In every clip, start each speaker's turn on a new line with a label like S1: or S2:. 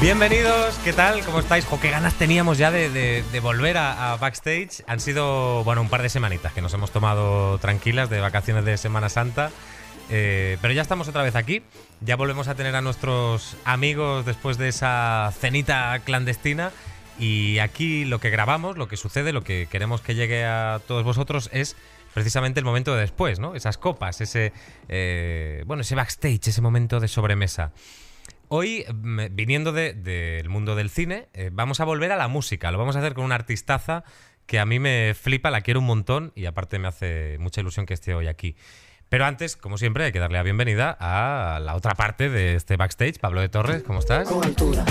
S1: Bienvenidos, ¿qué tal? ¿Cómo estáis? Jo, qué ganas teníamos ya de, de- de volver a, a backstage. Han sido, bueno, un par de semanitas que nos hemos tomado tranquilas de vacaciones de Semana Santa. Eh, pero ya estamos otra vez aquí. Ya volvemos a tener a nuestros amigos después de esa cenita clandestina. Y aquí lo que grabamos, lo que sucede, lo que queremos que llegue a todos vosotros es precisamente el momento de después, ¿no? Esas copas, ese, eh, bueno, ese backstage, ese momento de sobremesa. Hoy, mm, viniendo de- del mundo del cine, eh, vamos a volver a la música. Lo vamos a hacer con una artistaza que a mí me flipa, la quiero un montón y aparte me hace mucha ilusión que esté hoy aquí. Pero antes, como siempre, hay que darle la bienvenida a la otra parte de este backstage. Pablo de Torres, ¿cómo estás?
S2: Muy buena.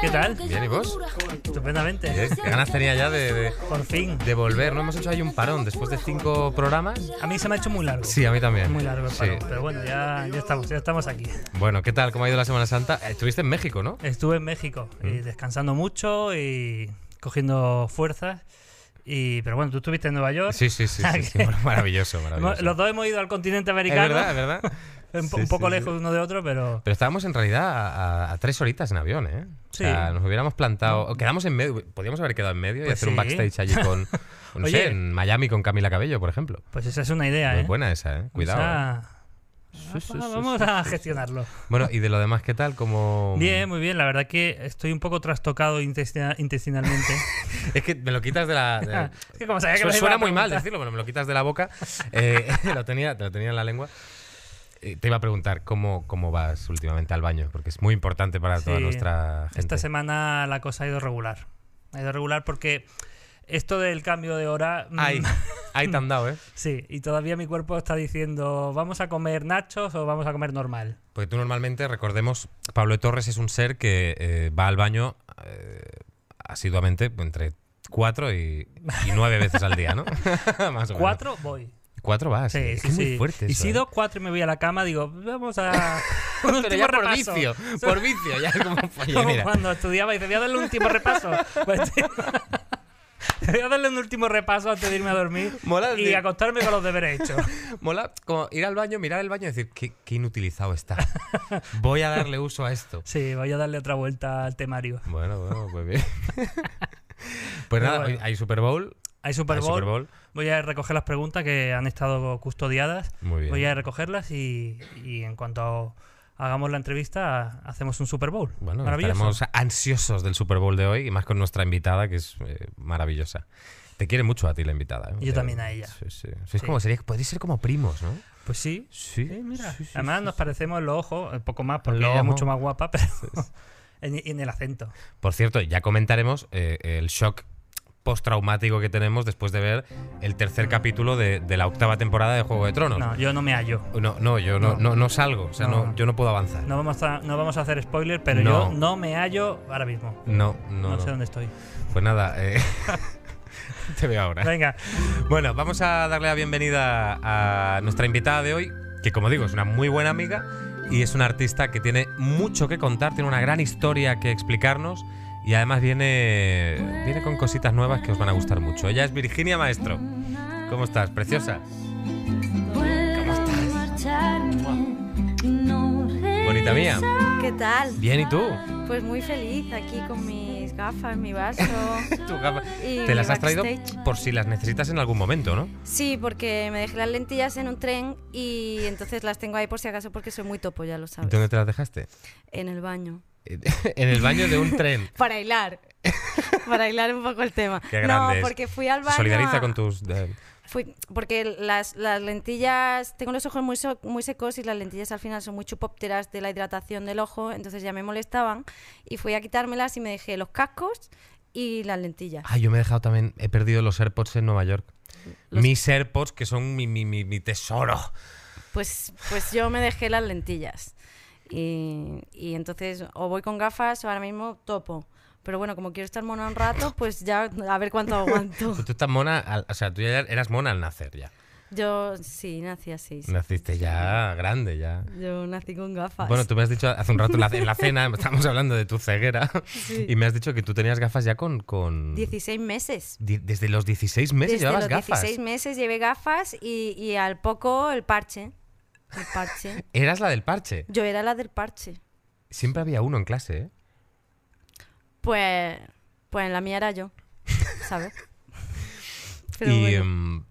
S2: ¿Qué tal?
S1: Bien, ¿y vos?
S2: Estupendamente.
S1: Eh, ¿Qué ganas tenía ya de, de-
S2: Por fin.
S1: de volver? ¿No hemos hecho ahí un parón después de cinco programas?
S2: A mí se me ha hecho muy largo.
S1: Sí, a mí también.
S2: Muy largo el
S1: Sí.
S2: parón, pero bueno, ya, ya estamos, ya estamos aquí.
S1: Bueno, ¿qué tal? ¿Cómo ha ido la Semana Santa? Eh, Estuviste en México, ¿no?
S2: Estuve en México
S1: Mm.
S2: y descansando mucho y cogiendo fuerzas. Y, pero bueno, tú estuviste en Nueva York.
S1: Sí, sí, sí. sí, sí. Bueno, maravilloso, maravilloso.
S2: Hemos- Los dos hemos ido al continente
S1: Es
S2: americano.
S1: verdad, es verdad.
S2: Un, po-
S1: Sí,
S2: un poco
S1: sí, sí.
S2: lejos uno de otro, pero
S1: Pero estábamos en realidad a, a- a tres horitas en avión, ¿eh? O
S2: Sí.
S1: sea, nos hubiéramos plantado. o Quedamos en medio. Podríamos haber quedado en medio y
S2: Pues
S1: hacer un
S2: sí.
S1: backstage allí con. No sé,
S2: Oye.
S1: en Miami con Camila Cabello, por ejemplo.
S2: pues esa es una idea,
S1: Muy
S2: ¿eh?
S1: buena esa, ¿eh? Cuidado. ¿eh?
S2: O sea, vamos a gestionarlo.
S1: Bueno, y de lo demás, ¿qué tal? Como.
S2: Bien, muy bien. La verdad que estoy un poco trastocado intestina- intestinalmente.
S1: Es que me lo quitas de la. de la-
S2: Es que como sabía que
S1: Su-
S2: me lo iba
S1: suena
S2: a
S1: muy mal
S2: preguntar.
S1: decirlo, pero me lo quitas de la boca. Eh, lo tenía, te lo tenía en la lengua. Eh, Te iba a preguntar cómo, cómo vas últimamente al baño, porque es muy importante para toda
S2: Sí.
S1: nuestra gente.
S2: Esta semana la cosa ha ido regular. Ha ido regular porque esto del cambio de hora. mm,
S1: Ahí, ahí te han dado, ¿eh?
S2: Sí, y todavía mi cuerpo está diciendo, ¿vamos a comer nachos o vamos a comer normal?
S1: Porque tú normalmente, recordemos, Pablo Torres es un ser que eh, va al baño eh, asiduamente entre cuatro y, y nueve veces al día, ¿no? Más o menos.
S2: ¿Cuatro? Voy.
S1: Cuatro vas.
S2: Sí,
S1: eh.
S2: sí,
S1: es
S2: sí.
S1: muy fuerte.
S2: y
S1: eso,
S2: si
S1: eh.
S2: dos, cuatro y me voy a la cama, digo, vamos a. un
S1: Pero
S2: último
S1: ya por
S2: repaso.
S1: vicio, por vicio, ya es como, oye,
S2: Como
S1: mira,
S2: cuando estudiaba y decía, voy a darle un último repaso. Pues, tío, voy a darle un último repaso antes de irme a dormir
S1: Mola el
S2: y
S1: tío.
S2: acostarme con los deberes hechos.
S1: mola como ir al baño, mirar el baño y decir, qué, qué inutilizado está. Voy a darle uso a esto.
S2: Sí, voy a darle otra vuelta al temario.
S1: Bueno, bueno, pues bien. Pues
S2: Pero
S1: nada,
S2: bueno.
S1: hoy hay Super Bowl.
S2: Hay Super
S1: hay
S2: Bowl.
S1: Super Bowl.
S2: Voy a recoger las preguntas que han estado custodiadas.
S1: Muy bien.
S2: Voy a recogerlas y, y en cuanto hagamos la entrevista, hacemos un Super Bowl.
S1: Bueno,
S2: Maravilloso.
S1: estaremos ansiosos del Super Bowl de hoy y más con nuestra invitada que es eh, maravillosa. Te quiere mucho a ti la invitada. ¿eh?
S2: Yo también a ella.
S1: Sí, sí. Sois
S2: Sí.
S1: como, sería, podríais ser como primos, ¿no?
S2: Pues sí.
S1: Sí,
S2: Sí, mira.
S1: sí, sí,
S2: Además,
S1: sí,
S2: nos
S1: sí.
S2: parecemos en los ojos, un poco más,
S1: En
S2: porque
S1: los
S2: ella es
S1: ojos.
S2: mucho más guapa, pero. en- Y en el acento.
S1: Por cierto, ya comentaremos eh, el shock postraumático que tenemos después de ver el tercer capítulo de, de la octava temporada de Juego de Tronos.
S2: No, yo no me hallo.
S1: No, no, yo no,
S2: No.
S1: no, no salgo, o sea, no.
S2: No.
S1: yo no puedo avanzar.
S2: No vamos a, no vamos a hacer spoiler, pero
S1: No.
S2: yo no me hallo ahora mismo.
S1: No, no,
S2: No,
S1: no.
S2: sé dónde estoy.
S1: Pues nada, eh, te veo ahora.
S2: Venga,
S1: Bueno, vamos a darle la bienvenida a nuestra invitada de hoy, que como digo, es una muy buena amiga y es una artista que tiene mucho que contar, tiene una gran historia que explicarnos y además viene, viene con cositas nuevas que os van a gustar mucho. Ella es Virginia Maestro. ¿Cómo estás? Preciosa. Bonita mía.
S3: ¿Qué tal?
S1: Bien, ¿y tú?
S3: Pues muy feliz aquí con mis gafas, mi vaso.
S1: Tu gafa-
S3: Y
S1: Te las has traído
S3: backstage.
S1: por si las necesitas en algún momento, ¿no?
S3: Sí, porque me dejé las lentillas en un tren y entonces las tengo ahí por si acaso porque soy muy topo, ya lo sabes.
S1: ¿Dónde te las dejaste?
S3: En el baño.
S1: en el baño de un tren.
S3: Para hilar. Para hilar un poco el tema.
S1: Qué grande. es.
S3: no, porque fui al baño.
S1: Solidariza
S3: a-
S1: con tus... de-
S3: Fui, porque las, las lentillas, tengo los ojos muy, so- muy secos y las lentillas al final son muy chupópteras de la hidratación del ojo, entonces ya me molestaban y fui a quitármelas y me dejé los cascos y las lentillas.
S1: Ah, yo me he dejado también, he perdido los AirPods en Nueva York.
S3: Los-
S1: Mis AirPods, que son mi, mi- mi- mi tesoro.
S3: Pues, pues yo me dejé las lentillas y, y entonces o voy con gafas o ahora mismo topo. Pero bueno, como quiero estar mono un rato, pues ya a ver cuánto aguanto.
S1: Tú, tú estás mona, al- o sea, tú ya eras mona al nacer ya.
S3: Yo sí, nací así. sí.
S1: Naciste ya grande, ya.
S3: Yo nací con gafas.
S1: Bueno, tú me has dicho hace un rato en la- en la cena, estábamos hablando de tu ceguera,
S3: Sí.
S1: y me has dicho que tú tenías gafas ya con... con...
S3: 16 meses.
S1: Di- Desde los 16 meses
S3: Desde
S1: llevabas
S3: los
S1: gafas.
S3: 16 meses llevé gafas y, y al poco el parche. El parche.
S1: Eras la del parche.
S3: Yo era la del parche.
S1: Siempre había uno en clase, ¿eh?
S3: Pues, pues la mía era yo, ¿sabes? Pero
S1: y,
S3: bueno,
S1: em,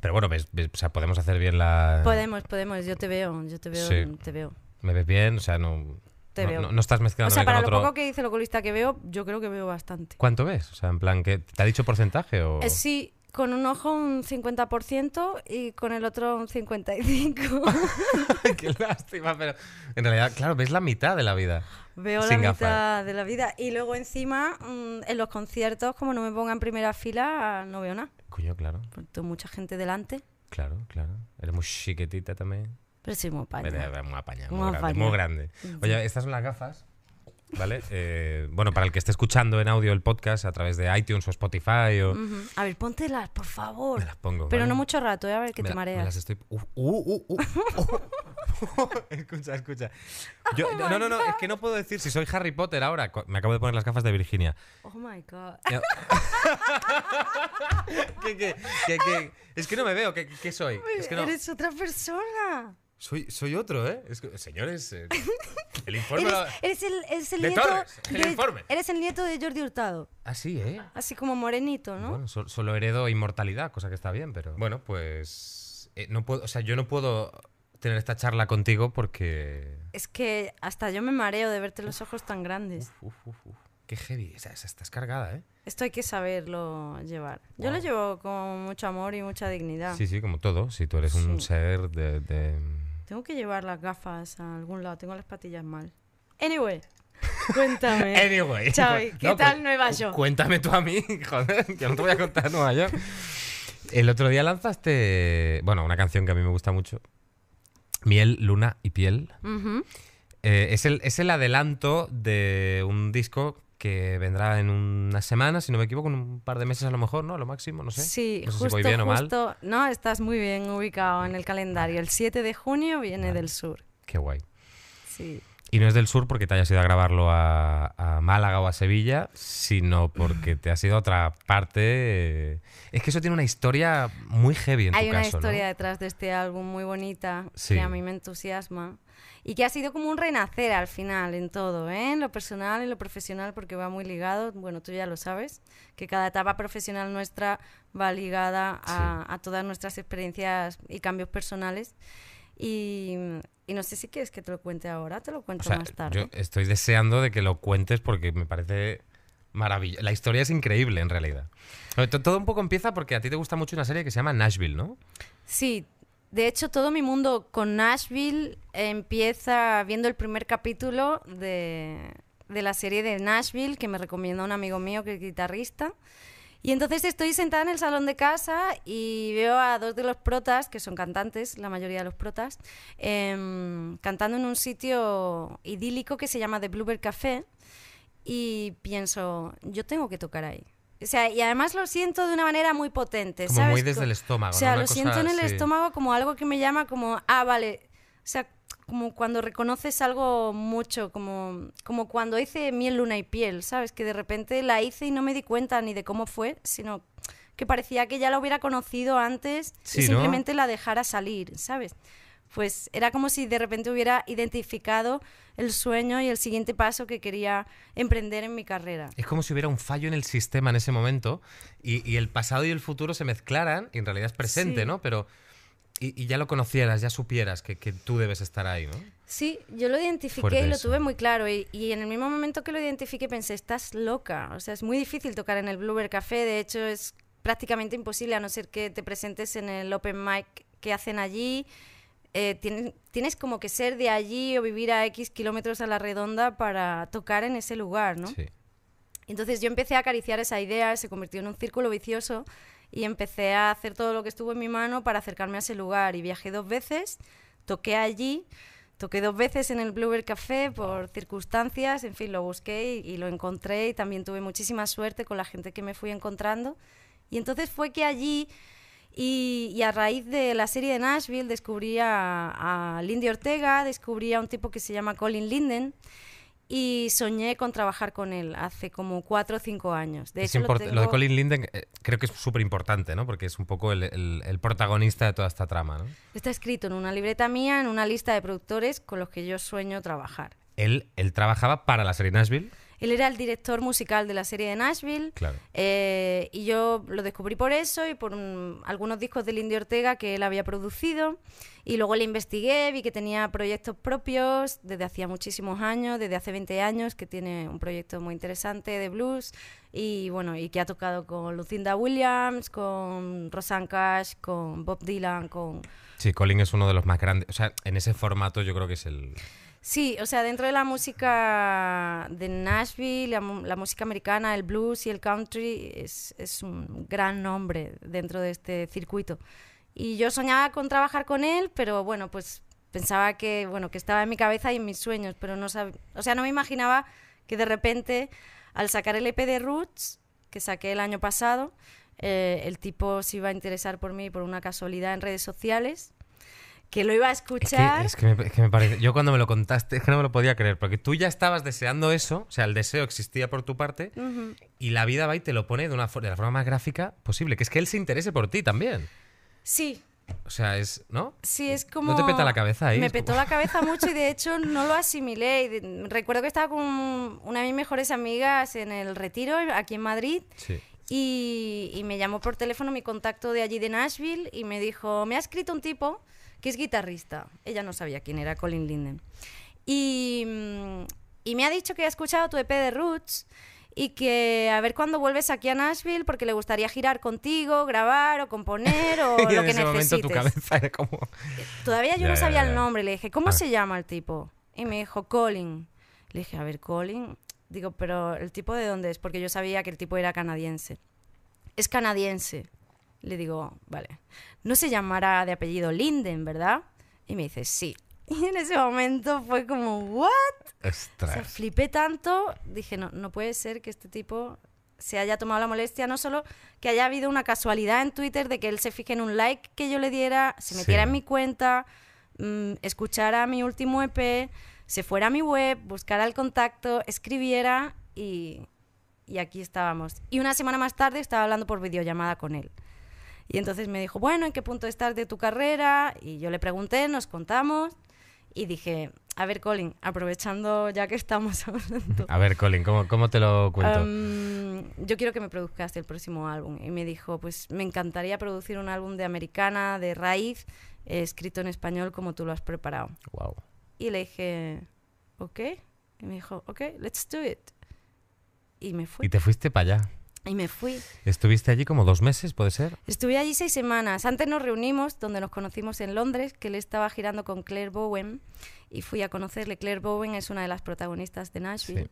S1: pero bueno, ves- ves- o sea, podemos hacer bien la...
S3: podemos, podemos, yo te veo, yo te veo,
S1: Ah. Sí.
S3: te veo.
S1: Me ves bien, o sea, no...
S3: Te
S1: no,
S3: veo.
S1: no- no estás
S3: O
S1: mezclando
S3: sea, para
S1: con
S3: lo
S1: otro...
S3: poco que dice el oculista que veo, yo creo que veo bastante.
S1: ¿Cuánto ves? O sea, en plan, ¿qué- ¿te ha dicho porcentaje o...?
S3: Eh, sí, con un ojo un 50% y con el otro un 55%.
S1: Qué lástima, pero... En realidad, claro, ves la mitad de la vida.
S3: veo la
S1: Sin
S3: mitad
S1: gafas.
S3: de la vida. Y luego encima, mm, en los conciertos, como no me ponga en primera fila, no veo nada.
S1: Coño, claro,
S3: Porque tengo mucha gente delante,
S1: claro, claro. Eres muy chiquitita también.
S3: pero soy muy paña.
S1: Era- era Muy apañada,
S3: Muy
S1: muy grande,
S3: apañada.
S1: muy grande. Oye, estas son las gafas. ¿Vale? Eh, bueno, para el que esté escuchando en audio el podcast a través de iTunes o Spotify o...
S3: Ujú. A ver, póntelas, por favor.
S1: Me las pongo.
S3: Mm. Pero
S1: ¿vale?
S3: no mucho rato, ¿eh? a ver que
S1: Me
S3: te
S1: la- Me
S3: mareas.
S1: las estoy... Uh, uh, uh, uh, uh. escucha, escucha. Yo- no, no, no, no, es que no puedo decir si soy Harry Potter ahora. Cu- Me acabo de poner las gafas de Virginia.
S3: Oh my god.
S1: Ya- ¿Qué, qué, qué, qué? Es que no me veo. ¿Qué, qué soy? Es que no-
S3: Eres otra persona.
S1: Soy, soy otro, ¿eh? Es que- señores, eh, el informe...
S3: Eres,
S1: lo-
S3: eres el, eres el
S1: De
S3: nieto.
S1: Torres, el
S3: de-
S1: informe.
S3: eres el nieto de Jordi Hurtado.
S1: Ah, sí, ¿eh?
S3: Así como morenito, ¿no?
S1: Bueno, so- solo heredo inmortalidad, cosa que está bien, pero... Bueno, pues... eh, no puedo, o sea, yo no puedo tener esta charla contigo porque...
S3: Es que hasta yo me mareo de verte los ojos tan grandes.
S1: Uf, uf, uf. Qué heavy. Esa, esa estás cargada, ¿eh?
S3: Esto hay que saberlo llevar. Yo lo
S1: Wow.
S3: llevo con mucho amor y mucha dignidad.
S1: Sí, sí, como todo. Si tú eres un
S3: Sí.
S1: ser de... de-
S3: Tengo que llevar las gafas a algún lado. Tengo las patillas mal. Anyway, cuéntame.
S1: Anyway.
S3: Xavi, ¿qué
S1: No,
S3: tal
S1: cu-
S3: Nueva York?
S1: Cuéntame tú a mí, joder, que no te voy a contar Nueva York. El otro día lanzaste, bueno, una canción que a mí me gusta mucho. Miel, luna y piel.
S3: Ujú.
S1: Eh, es, el, es el adelanto de un disco que vendrá en unas semanas, si no me equivoco, en un par de meses a lo mejor, ¿no? A lo máximo, no sé.
S3: Sí,
S1: no sé
S3: justo,
S1: si voy bien o mal.
S3: justo- No, estás muy bien ubicado en el calendario. El 7 de junio viene
S1: Vale.
S3: del sur.
S1: Qué guay.
S3: Sí.
S1: Y no es del sur porque te hayas ido a grabarlo a, a Málaga o a Sevilla, sino porque te has ido a otra parte. eh. Es que eso tiene una historia muy heavy en
S3: Hay
S1: tu
S3: una
S1: caso, ¿no?
S3: historia detrás de este álbum muy bonita
S1: Sí.
S3: que a mí me entusiasma y que ha sido como un renacer al final en todo, ¿eh? en lo personal y lo profesional, porque va muy ligado. Bueno, tú ya lo sabes, que cada etapa profesional nuestra va ligada a, a todas nuestras experiencias y cambios personales. Y, y no sé si quieres que te lo cuente ahora, te lo
S1: O
S3: cuento
S1: sea,
S3: más tarde.
S1: yo estoy deseando de que lo cuentes porque me parece maravilloso. La historia es increíble, en realidad. Bueno, to- Todo un poco empieza porque a ti te gusta mucho una serie que se llama Nashville, ¿no?
S3: Sí, de hecho todo mi mundo con Nashville empieza viendo el primer capítulo de, de la serie de Nashville que me recomienda un amigo mío que es guitarrista. Y entonces estoy sentada en el salón de casa y veo a dos de los protas, que son cantantes, la mayoría de los protas, em, cantando en un sitio idílico que se llama The Bluebird Café y pienso, yo tengo que tocar ahí. O sea, y además lo siento de una manera muy potente,
S1: Como
S3: Eh, ¿sabes?
S1: muy desde
S3: Co-
S1: el estómago.
S3: o
S1: ¿no?
S3: sea,
S1: Una
S3: lo
S1: cosa-
S3: siento en el
S1: sí.
S3: estómago como algo que me llama como, ah, vale. O sea, como cuando reconoces algo mucho, como, como cuando hice miel, luna y piel, ¿sabes? Que de repente la hice y no me di cuenta ni de cómo fue, sino que parecía que ya la hubiera conocido antes
S1: Sí,
S3: y
S1: ¿no?
S3: simplemente la dejara salir, ¿sabes? Pues era como si de repente hubiera identificado el sueño y el siguiente paso que quería emprender en mi carrera.
S1: Es como si hubiera un fallo en el sistema en ese momento y, y el pasado y el futuro se mezclaran y en realidad es presente,
S3: Sí.
S1: ¿no? Pero. Y, y ya lo conocieras, ya supieras que, que tú debes estar ahí, ¿no?
S3: Sí, yo lo identifiqué
S1: Fuerte
S3: y lo
S1: eso.
S3: tuve muy claro. Y, y en el mismo momento que lo identifiqué pensé, estás loca. O sea, es muy difícil tocar en el Bluebird Café. De hecho, es prácticamente imposible a no ser que te presentes en el open mic que hacen allí. Eh, tienes, tienes como que ser de allí o vivir a X kilómetros a la redonda para tocar en ese lugar, ¿no?
S1: Sí.
S3: Entonces yo empecé a acariciar esa idea, se convirtió en un círculo vicioso y empecé a hacer todo lo que estuvo en mi mano para acercarme a ese lugar. Y viajé dos veces, toqué allí, toqué dos veces en el Bluebird Café por circunstancias, en fin, lo busqué y, y lo encontré y también tuve muchísima suerte con la gente que me fui encontrando. Y entonces fue que allí Y, y a raíz de la serie de Nashville descubrí a, a Lindy Ortega, descubrí a un tipo que se llama Colin Linden y soñé con trabajar con él hace como cuatro o cinco años. De
S1: Es
S3: hecho, lo
S1: import-
S3: tengo-
S1: Lo de Colin Linden eh, creo que es súper importante, ¿no? Porque es un poco el, el- el protagonista de toda esta trama, ¿no?
S3: está escrito en una libreta mía, en una lista de productores con los que yo sueño trabajar.
S1: Él, él trabajaba para la serie Nashville.
S3: Él era el director musical de la serie de Nashville.
S1: Claro.
S3: Eh, y yo lo descubrí por eso y por un- algunos discos del Indio Ortega que él había producido. Y luego le investigué, vi que tenía proyectos propios desde hacía muchísimos años, desde hace 20 años, que tiene un proyecto muy interesante de blues. Y bueno, y que ha tocado con Lucinda Williams, con Rosanne Cash, con Bob Dylan, con...
S1: Sí, Colin es uno de los más grandes. O sea, en ese formato yo creo que es el.
S3: Sí, o sea, dentro de la música de Nashville, la, mu- la música americana, el blues y el country, es, es un gran nombre dentro de este circuito. Y yo soñaba con trabajar con él, pero bueno, pues pensaba que, bueno, que estaba en mi cabeza y en mis sueños, pero no sabía, o sea, no me imaginaba que de repente, al sacar el EP de Roots, que saqué el año pasado, eh, el tipo se iba a interesar por mí por una casualidad en redes sociales, que lo iba a
S1: Es que,
S3: escuchar.
S1: es que me, es que me parece. Yo cuando me lo contaste es que no me lo podía creer, porque tú ya estabas deseando eso, o sea, el deseo existía por tu parte,
S3: Ujú.
S1: y la vida va y te lo pone de, una, for- de la forma más gráfica posible, que es que él se interese por ti también.
S3: Sí,
S1: O sea, es. Eh, ¿No?
S3: Sí, es como...
S1: te peta la cabeza ahí?
S3: Me
S1: Es como-
S3: petó la cabeza mucho y de hecho no lo asimilé. Y de- Recuerdo que estaba con una de mis mejores amigas en el retiro aquí en Madrid
S1: Sí.
S3: y, y me llamó por teléfono mi contacto de allí de Nashville y me dijo, me ha escrito un tipo que es guitarrista. Ella no sabía quién era Colin Linden. Y, mm, y me ha dicho que ha escuchado tu EP de Roots y que a ver cuándo vuelves aquí a Nashville porque le gustaría girar contigo, grabar o componer o
S1: Y
S3: lo
S1: en
S3: que
S1: ese momento tu
S3: necesites.
S1: cabeza era como.
S3: Todavía yo
S1: Ya,
S3: no
S1: ya,
S3: sabía
S1: ya,
S3: el
S1: ya.
S3: nombre. Le dije, ¿cómo
S1: Ah.
S3: se llama el tipo? Y me dijo, Colin. Le dije, a ver, Colin. Digo, pero ¿el tipo de dónde es? Porque yo sabía que el tipo era canadiense. Es canadiense. Le digo, vale. No se llamará de apellido Linden, ¿verdad? Y me dice, sí. Y en ese momento fue como, ¿what? O sea,
S1: Ostras.
S3: flipé tanto, dije, no, no puede ser que este tipo se haya tomado la molestia, no solo que haya habido una casualidad en Twitter de que él se fije en un like que yo le diera, se
S1: Sí.
S3: metiera en mi cuenta, mm, escuchara mi último EP, se fuera a mi web, buscara el contacto, escribiera y, y aquí estábamos. Y una semana más tarde estaba hablando por videollamada con él. Y entonces me dijo, bueno, ¿en qué punto estás de tu carrera? Y yo le pregunté, nos contamos. Y dije, a ver, Colin, aprovechando ya que estamos hablando,
S1: A ver, Colin, ¿cómo, cómo te lo cuento?
S3: em, yo quiero que me produzcas el próximo álbum. Y me dijo, pues me encantaría producir un álbum de americana, de raíz, eh, escrito en español como tú lo has preparado.
S1: Wow.
S3: Y le dije, ok. Y me dijo, ok, let's do it. Y me
S1: Y
S3: fui.
S1: te fuiste para allá.
S3: Y me fui.
S1: Estuviste allí como dos meses, ¿puede ser?
S3: Estuve allí seis semanas. Antes nos reunimos, donde nos conocimos en Londres, que él estaba girando con Claire Bowen y fui a conocerle. Claire Bowen es una de las protagonistas de Nashville.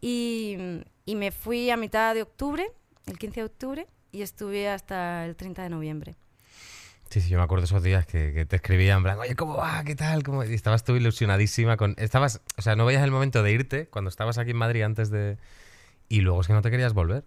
S3: Y, y me fui a mitad de octubre, el 15 de octubre, y estuve hasta el 30 de noviembre.
S1: Sí, sí, yo me acuerdo esos días que, que te escribían, en plan, oye, ¿cómo va? ¿Qué tal? ¿Cómo? Y estabas tú ilusionadísima con... Estabas, o sea, no veías el momento de irte cuando estabas aquí en Madrid antes de... Y luego es que no te querías volver.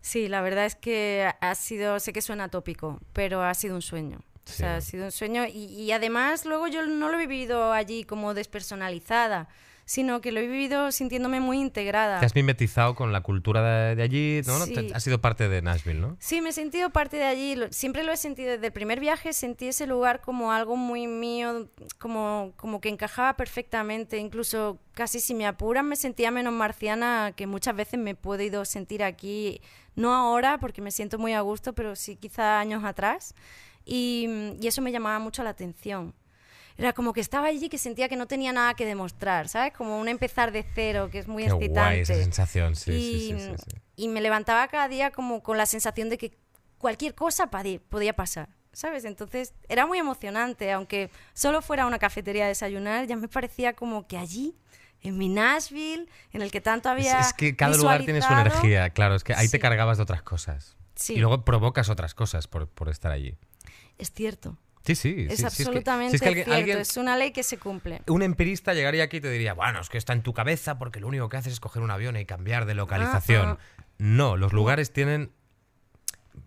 S3: Sí, la verdad es que ha sido, sé que suena tópico, pero ha sido un sueño. O
S1: Sí.
S3: sea, ha sido un sueño y, y además luego yo no lo he vivido allí como despersonalizada, sino que lo he vivido sintiéndome muy integrada.
S1: Te has mimetizado con la cultura de, de allí, ¿no? ¿no?
S3: Sí.
S1: Te- has sido parte de Nashville, ¿no?
S3: Sí, me he sentido parte de allí. lo- siempre lo he sentido desde el primer viaje. Sentí ese lugar como algo muy mío, como, como que encajaba perfectamente. Incluso casi si me apuran me sentía menos marciana que muchas veces me he podido sentir aquí. No ahora, porque me siento muy a gusto, pero sí quizá años atrás. Y, y eso me llamaba mucho la atención. Era como que estaba allí que sentía que no tenía nada que demostrar, ¿sabes? Como un empezar de cero, que es muy
S1: Qué guay
S3: excitante
S1: esa sensación, sí,
S3: y,
S1: sí, sí, sí, sí.
S3: y me levantaba cada día como con la sensación de que cualquier cosa padi- podía pasar, ¿sabes? Entonces era muy emocionante, aunque solo fuera a una cafetería a desayunar, ya me parecía como que allí, en mi Nashville, en el que tanto
S1: Es,
S3: había...
S1: es que cada lugar tiene su
S3: visualizado,
S1: energía, claro, es que ahí te
S3: Sí.
S1: cargabas de otras cosas.
S3: Sí.
S1: Y luego provocas otras cosas por, por estar allí.
S3: Es cierto,
S1: Sí, sí.
S3: es
S1: sí, sí, que-
S3: absolutamente
S1: si es que alguien-
S3: cierto,
S1: alguien-
S3: es una ley que se cumple.
S1: un empirista llegaría aquí y te diría, bueno, es que está en tu cabeza porque lo único que haces es coger un avión y cambiar de localización.
S3: Ah,
S1: No, los lugares tienen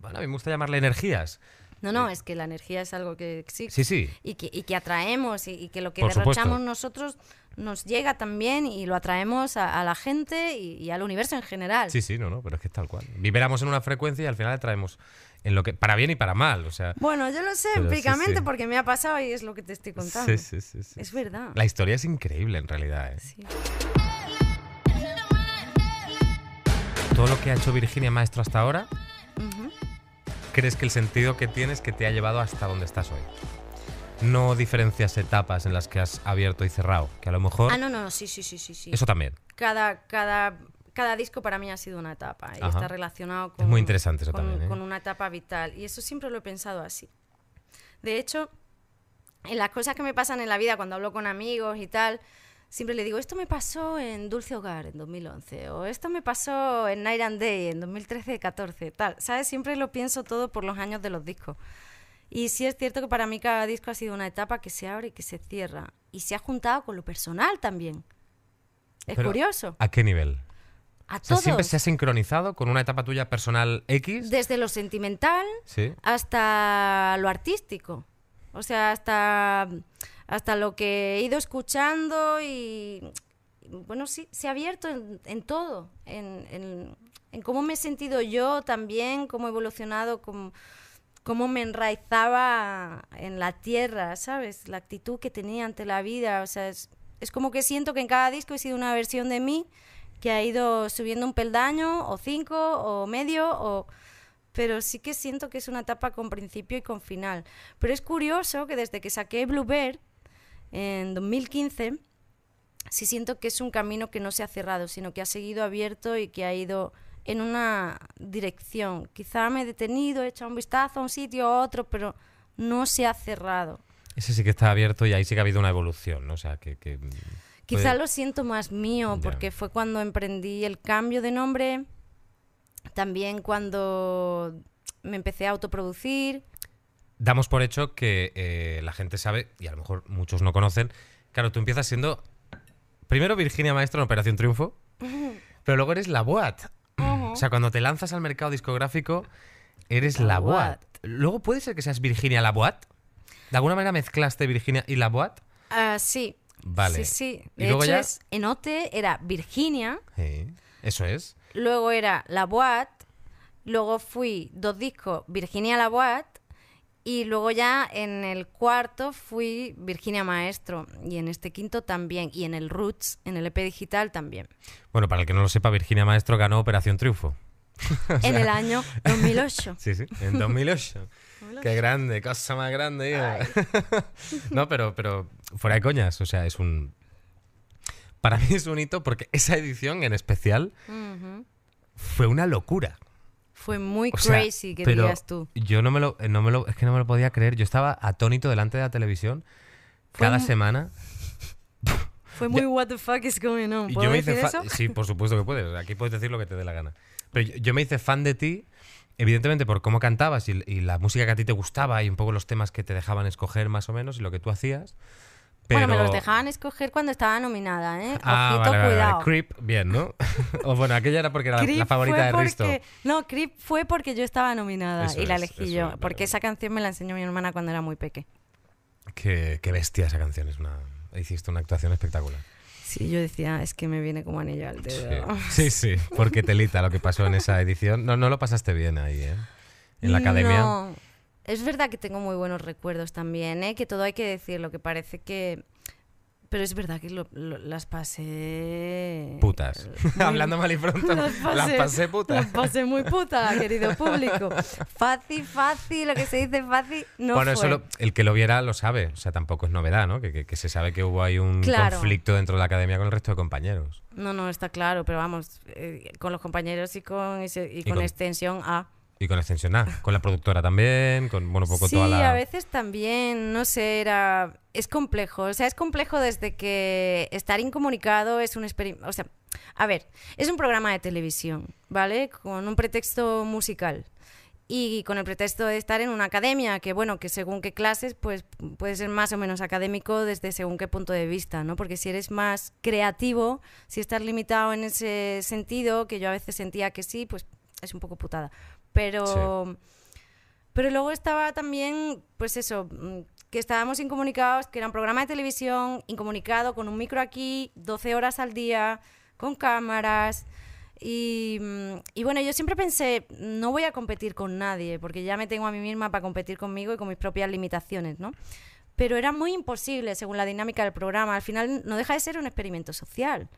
S1: Bueno, a mí me gusta llamarle energías.
S3: No, no, es que la energía es algo que existe
S1: Sí, sí.
S3: y, que, y que atraemos y, y que lo que
S1: Por
S3: derrochamos
S1: supuesto.
S3: nosotros nos llega también y lo atraemos a, a la gente y, y al universo en general.
S1: Sí, sí, no, no, pero es que es tal cual. Vibramos en una frecuencia y al final traemos en lo que para bien y para mal, o sea,
S3: Bueno, yo lo sé
S1: Pero sí,
S3: empíricamente
S1: sí.
S3: porque me ha pasado y es lo que te estoy contando.
S1: sí, sí, sí, sí.
S3: Es verdad.
S1: La historia es increíble en realidad, ¿eh?
S3: Sí.
S1: Todo lo que ha hecho Virginia Maestro hasta ahora,
S3: Ujú.
S1: ¿crees que el sentido que tienes que te ha llevado hasta donde estás hoy? No diferencias etapas en las que has abierto y cerrado, que a lo mejor
S3: Ah, no, no, no, sí, sí, sí, sí. sí.
S1: eso también.
S3: Cada, cada, cada disco para mí ha sido una etapa y
S1: Ajá.
S3: está relacionado con,
S1: muy interesante eso
S3: con-
S1: también, ¿eh?
S3: con una etapa vital. Y eso siempre lo he pensado así. De hecho, en las cosas que me pasan en la vida, cuando hablo con amigos y tal, siempre le digo, esto me pasó en Dulce Hogar en 2011, o esto me pasó en Night and Day en 2013-14, tal. ¿Sabes? Siempre lo pienso todo por los años de los discos. Y sí es cierto que para mí cada disco ha sido una etapa que se abre y que se cierra. Y se ha juntado con lo personal también. Es
S1: Pero,
S3: curioso.
S1: ¿A qué nivel?
S3: A
S1: O sea,
S3: todos.
S1: siempre se ha sincronizado con una etapa tuya personal X.
S3: Desde lo sentimental
S1: Sí.
S3: hasta lo artístico. O sea, hasta, hasta lo que he ido escuchando y, y, bueno, sí, se ha abierto en, en todo, en, en- en cómo me he sentido yo también, cómo he evolucionado, cómo, cómo me enraizaba en la tierra, ¿sabes? La actitud que tenía ante la vida. O sea, es, es como que siento que en cada disco he sido una versión de mí que ha ido subiendo un peldaño, o cinco, o medio, o pero sí que siento que es una etapa con principio y con final. Pero es curioso que desde que saqué Blue Bear en 2015, sí siento que es un camino que no se ha cerrado, sino que ha seguido abierto y que ha ido en una dirección. Quizá me he detenido, he echado un vistazo a un sitio a otro, pero no se ha cerrado.
S1: Ese sí que está abierto y ahí sí que ha habido una evolución, ¿no? O sea, que... que
S3: Quizá
S1: puede-
S3: lo siento más mío,
S1: Ya.
S3: porque fue cuando emprendí el cambio de nombre, también cuando me empecé a autoproducir.
S1: Damos por hecho que eh, la gente sabe, y a lo mejor muchos no conocen, claro, tú empiezas siendo primero Virginia Maestro en Operación Triunfo, pero luego eres la BOAT. O sea, cuando te lanzas al mercado discográfico, eres la,
S3: La
S1: BOAT.
S3: Boat.
S1: Luego puede ser que seas Virginia la BOAT. ¿De alguna manera mezclaste Virginia y la BOAT?
S3: Ah, sí.
S1: Vale.
S3: Sí, sí.
S1: Y
S3: De
S1: luego
S3: hecho,
S1: ya-
S3: es- en OTE era Virginia,
S1: Sí, eso es.
S3: luego era La Boat, luego fui dos discos Virginia La Boat y luego ya en el cuarto fui Virginia Maestro y en este quinto también y en el Roots, en el EP digital también.
S1: Bueno, para el que no lo sepa, Virginia Maestro ganó Operación Triunfo.
S3: en el año 2008.
S1: Sí, sí, en 2008. Qué grande, cosa más grande. hijo. no, pero, pero fuera de coñas, o sea, es un... Para mí es un hito porque esa edición en especial
S3: Ujú.
S1: fue una locura.
S3: Fue muy
S1: O sea,
S3: crazy que
S1: pero
S3: digas tú.
S1: Yo no me, lo, eh, no me lo... Es que no me lo podía creer. Yo estaba atónito delante de la televisión
S3: Fue
S1: cada
S3: un-
S1: semana.
S3: Fue muy what the fuck is going on.
S1: Y
S3: ¿Puedo
S1: yo me hice
S3: decir
S1: fa-
S3: eso?
S1: Sí, por supuesto que puedes. Aquí puedes decir lo que te dé la gana. Pero yo, yo me hice fan de ti, evidentemente, por cómo cantabas y, y la música que a ti te gustaba y un poco los temas que te dejaban escoger más o menos y lo que tú hacías. Pero...
S3: Bueno, me los dejaban escoger cuando estaba nominada, ¿eh?
S1: Ah, vale,
S3: Ojito,
S1: vale, vale.
S3: cuidado.
S1: Creep, bien, ¿no? o bueno, aquella era porque era la- la,
S3: Creep
S1: favorita
S3: fue
S1: de Risto.
S3: porque- No, Creep fue porque yo estaba nominada
S1: Eso
S3: y la
S1: es,
S3: elegí
S1: eso
S3: yo.
S1: es, vale,
S3: porque
S1: vale.
S3: esa canción me la enseñó mi hermana cuando era muy peque.
S1: Qué, qué bestia esa canción. Es una... Hiciste una actuación espectacular.
S3: Sí, yo decía, es que me viene como anillo al dedo.
S1: Sí, sí, sí, porque telita lo que pasó en esa edición. No, no lo pasaste bien ahí, ¿eh? En la academia.
S3: No. Es verdad que tengo muy buenos recuerdos también, ¿eh? que todo hay que decirlo, que parece que. Pero es verdad que lo- lo- las pasé.
S1: Putas. Hablando mal y pronto.
S3: Las pasé,
S1: Las pasé
S3: Las
S1: putas.
S3: pasé muy puta, querido público. Fácil, fácil, lo que se dice fácil, no
S1: bueno,
S3: fue.
S1: eso lo- el que lo viera lo sabe. O sea, tampoco es novedad, ¿no? Que, que- que se sabe que hubo ahí un
S3: Claro.
S1: conflicto dentro de la academia con el resto de compañeros.
S3: No, no, está claro, pero vamos, eh, con los compañeros y con, y se- y con
S1: con-
S3: extensión A.
S1: Y con Extensión A, con la productora también, con, bueno, un poco
S3: sí,
S1: toda la...
S3: a veces también, no sé, era... Es complejo, o sea, es complejo desde que estar incomunicado es un experimento... O sea, a ver, es un programa de televisión, ¿vale? Con un pretexto musical y con el pretexto de estar en una academia, que bueno, que según qué clases, pues puede ser más o menos académico desde según qué punto de vista, ¿no? Porque si eres más creativo, si estás limitado en ese sentido, que yo a veces sentía que sí, pues es un poco putada. Pero, pero luego estaba también, pues eso, mm, que estábamos incomunicados, que era un programa de televisión incomunicado con un micro aquí, 12 horas al día, con cámaras. Y, mm, y bueno, yo siempre pensé, no voy a competir con nadie, porque ya me tengo a mí misma para competir conmigo y con mis propias limitaciones, ¿no? Pero era muy imposible según la dinámica del programa. Al final no deja de ser un experimento social,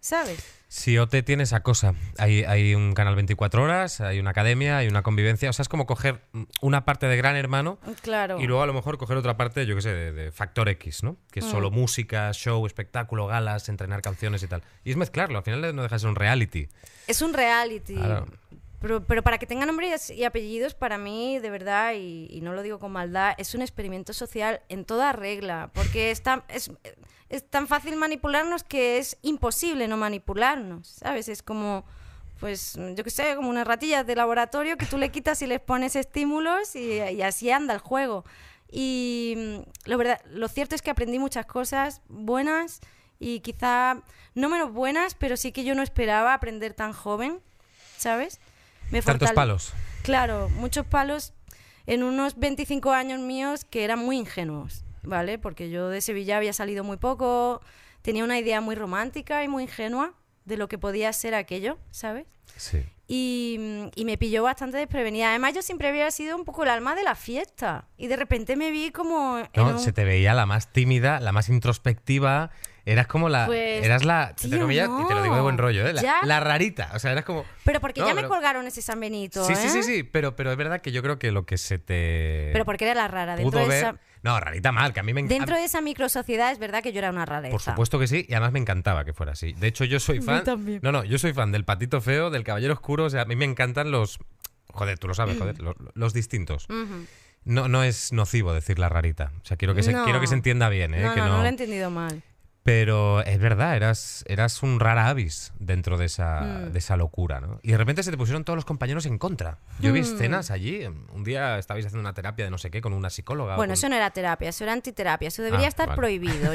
S3: ¿sabes?
S1: Si OT tiene esa cosa, hay, hay un canal 24 horas, hay una academia, hay una convivencia, o sea, es como coger mm, una parte de Gran Hermano
S3: Claro.
S1: y luego a lo mejor coger otra parte, yo qué sé, de, de Factor X, ¿no? Que es
S3: Mm.
S1: solo música, show, espectáculo, galas, entrenar canciones y tal. Y es mezclarlo, al final no deja de ser un reality.
S3: Es un reality.
S1: Claro.
S3: Pero, pero para que tenga nombres y apellidos, para mí, de verdad, y, y no lo digo con maldad, es un experimento social en toda regla. Porque es tan, es, es tan fácil manipularnos que es imposible no manipularnos, ¿sabes? Es como, pues, yo qué sé, como unas ratillas de laboratorio que tú le quitas y les pones estímulos y, y así anda el juego. Y mm, lo, verdad, lo cierto es que aprendí muchas cosas buenas y quizá no menos buenas, pero sí que yo no esperaba aprender tan joven, ¿sabes? Me
S1: Tantos
S3: fortale-
S1: palos.
S3: Claro, muchos palos en unos 25 años míos que eran muy ingenuos, ¿vale? Porque yo de Sevilla había salido muy poco, tenía una idea muy romántica y muy ingenua de lo que podía ser aquello, ¿sabes?
S1: Sí.
S3: Y, mm, y me pilló bastante desprevenida. Además, yo siempre había sido un poco el alma de la fiesta. Y de repente me vi como... en
S1: No,
S3: un-
S1: se te veía la más tímida, la más introspectiva. Eras como la.
S3: Pues,
S1: eras la. entre
S3: tío,
S1: comillas, y te lo digo de buen
S3: no.
S1: rollo, ¿eh? La,
S3: Ya.
S1: la rarita. O sea, eras como.
S3: Pero porque
S1: No,
S3: ya
S1: pero-
S3: me colgaron ese San Benito,
S1: Sí, sí,
S3: ¿eh?
S1: sí, sí. Pero, pero es verdad que yo creo que lo que se te.
S3: Pero porque era la rara. Dentro,
S1: pudo
S3: de
S1: ver.
S3: esa,
S1: No, rarita mal, que a mí me
S3: dentro
S1: encanta.
S3: de esa microsociedad es verdad que yo era una rareza.
S1: Por supuesto que sí, y además me encantaba que fuera así. De hecho, yo soy fan.
S3: también.
S1: No, no, yo soy fan del patito feo, del caballero oscuro. O sea, a mí me encantan los. Joder, tú lo sabes, joder, los, los distintos.
S3: Ujú.
S1: No, no es nocivo decir la rarita. O sea, quiero que se,
S3: No.
S1: quiero que se entienda bien, ¿eh?
S3: no,
S1: que
S3: no, no lo he entendido mal.
S1: Pero es verdad, eras, eras un rara avis dentro de esa,
S3: Mm.
S1: de esa locura, ¿no? Y de repente se te pusieron todos los compañeros en contra. Yo
S3: Mm.
S1: vi escenas allí. Un día estabais haciendo una terapia de no sé qué con una psicóloga. o
S3: Bueno,
S1: con-
S3: eso no era terapia, eso era antiterapia, eso debería
S1: Ah,
S3: estar
S1: vale.
S3: prohibido.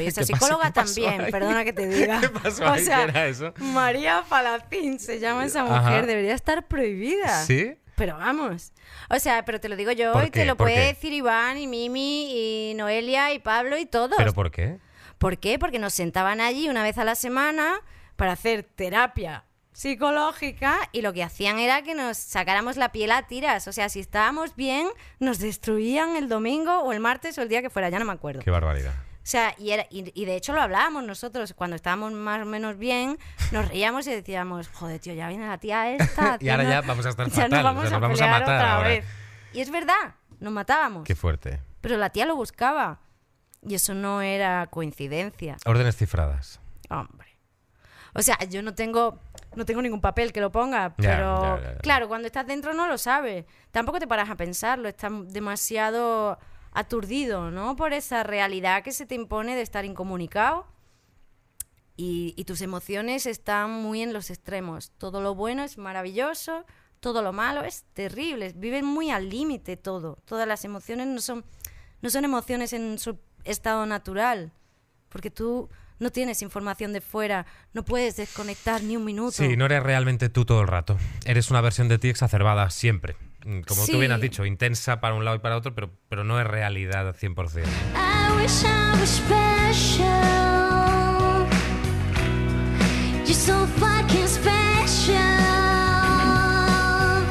S3: Y esa
S1: ¿Qué pasó-
S3: psicóloga
S1: qué pasó
S3: también,
S1: ahí?
S3: perdona que te diga.
S1: ¿Qué pasó
S3: o
S1: ahí? ¿Qué
S3: sea,
S1: era eso?
S3: María Palacín se llama esa mujer,
S1: Ajá.
S3: debería estar prohibida.
S1: ¿Sí?
S3: Pero vamos. O sea, pero te lo digo yo
S1: ¿Por
S3: y te
S1: qué?
S3: lo
S1: ¿Por
S3: puede
S1: qué?
S3: decir Iván y Mimi y Noelia y Pablo y todos.
S1: ¿Pero por qué?
S3: ¿Por qué? Porque nos sentaban allí una vez a la semana para hacer terapia psicológica y lo que hacían era que nos sacáramos la piel a tiras. O sea, si estábamos bien, nos destruían el domingo o el martes o el día que fuera, ya no me acuerdo.
S1: Qué barbaridad.
S3: O sea, y, era, y, y de hecho lo hablábamos nosotros cuando estábamos más o menos bien, nos reíamos y decíamos, joder, tío, ya viene la tía esta.
S1: Y ahora
S3: haciendo-
S1: ya vamos a estar
S3: ya
S1: fatal, o
S3: nos vamos,
S1: sea, nos
S3: a,
S1: vamos a
S3: pelear
S1: matar
S3: otra
S1: ahora".
S3: vez. Y es verdad, nos matábamos.
S1: Qué fuerte.
S3: Pero la tía lo buscaba. Y eso no era coincidencia.
S1: Órdenes cifradas.
S3: Hombre. O sea, yo no tengo no tengo ningún papel que lo ponga,
S1: Ya,
S3: pero
S1: ya, ya, ya.
S3: claro, cuando estás dentro no lo sabes. Tampoco te paras a pensarlo, estás demasiado aturdido, ¿no? Por esa realidad que se te impone de estar incomunicado. Y, y tus emociones están muy en los extremos. Todo lo bueno es maravilloso, todo lo malo es terrible. Viven muy al límite todo. Todas las emociones no son, no son emociones en su estado natural, porque tú no tienes información de fuera, no puedes desconectar ni un minuto.
S1: Sí, no eres realmente tú todo el rato. Eres una versión de ti exacerbada siempre. Mm, Como tú bien
S3: Sí.
S1: has dicho, intensa para un lado y para otro, pero, pero no es realidad 100%.
S4: I wish I was special. You're so fucking special.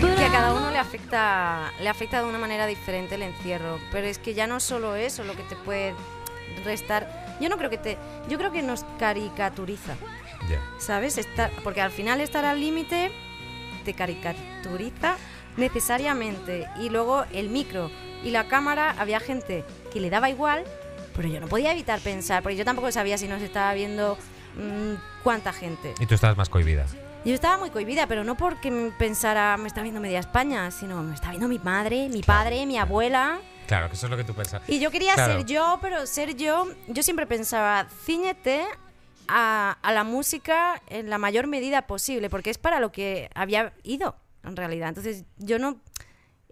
S4: But
S3: Que a cada
S4: I'm
S3: uno le afecta, le afecta de una manera diferente el encierro. Pero es que ya no solo eso lo que te puede restar. Yo no creo que te. Yo creo que nos caricaturiza.
S1: Ya.
S3: ¿Sabes? Estar, porque al final estar al límite te caricaturiza necesariamente. Y luego el micro y la cámara, había gente que le daba igual, pero yo no podía evitar pensar, porque yo tampoco sabía si nos estaba viendo mm, cuánta gente.
S1: Y tú estabas más cohibida.
S3: Yo estaba muy cohibida, pero no porque me pensara me está viendo media España, sino me está viendo mi madre, mi padre, mi abuela.
S1: Claro, que eso es lo que tú pensas.
S3: Y yo quería
S1: Claro.
S3: ser yo, pero ser yo, yo siempre pensaba, ciñete a, a la música en la mayor medida posible, porque es para lo que había ido, en realidad. Entonces, yo no,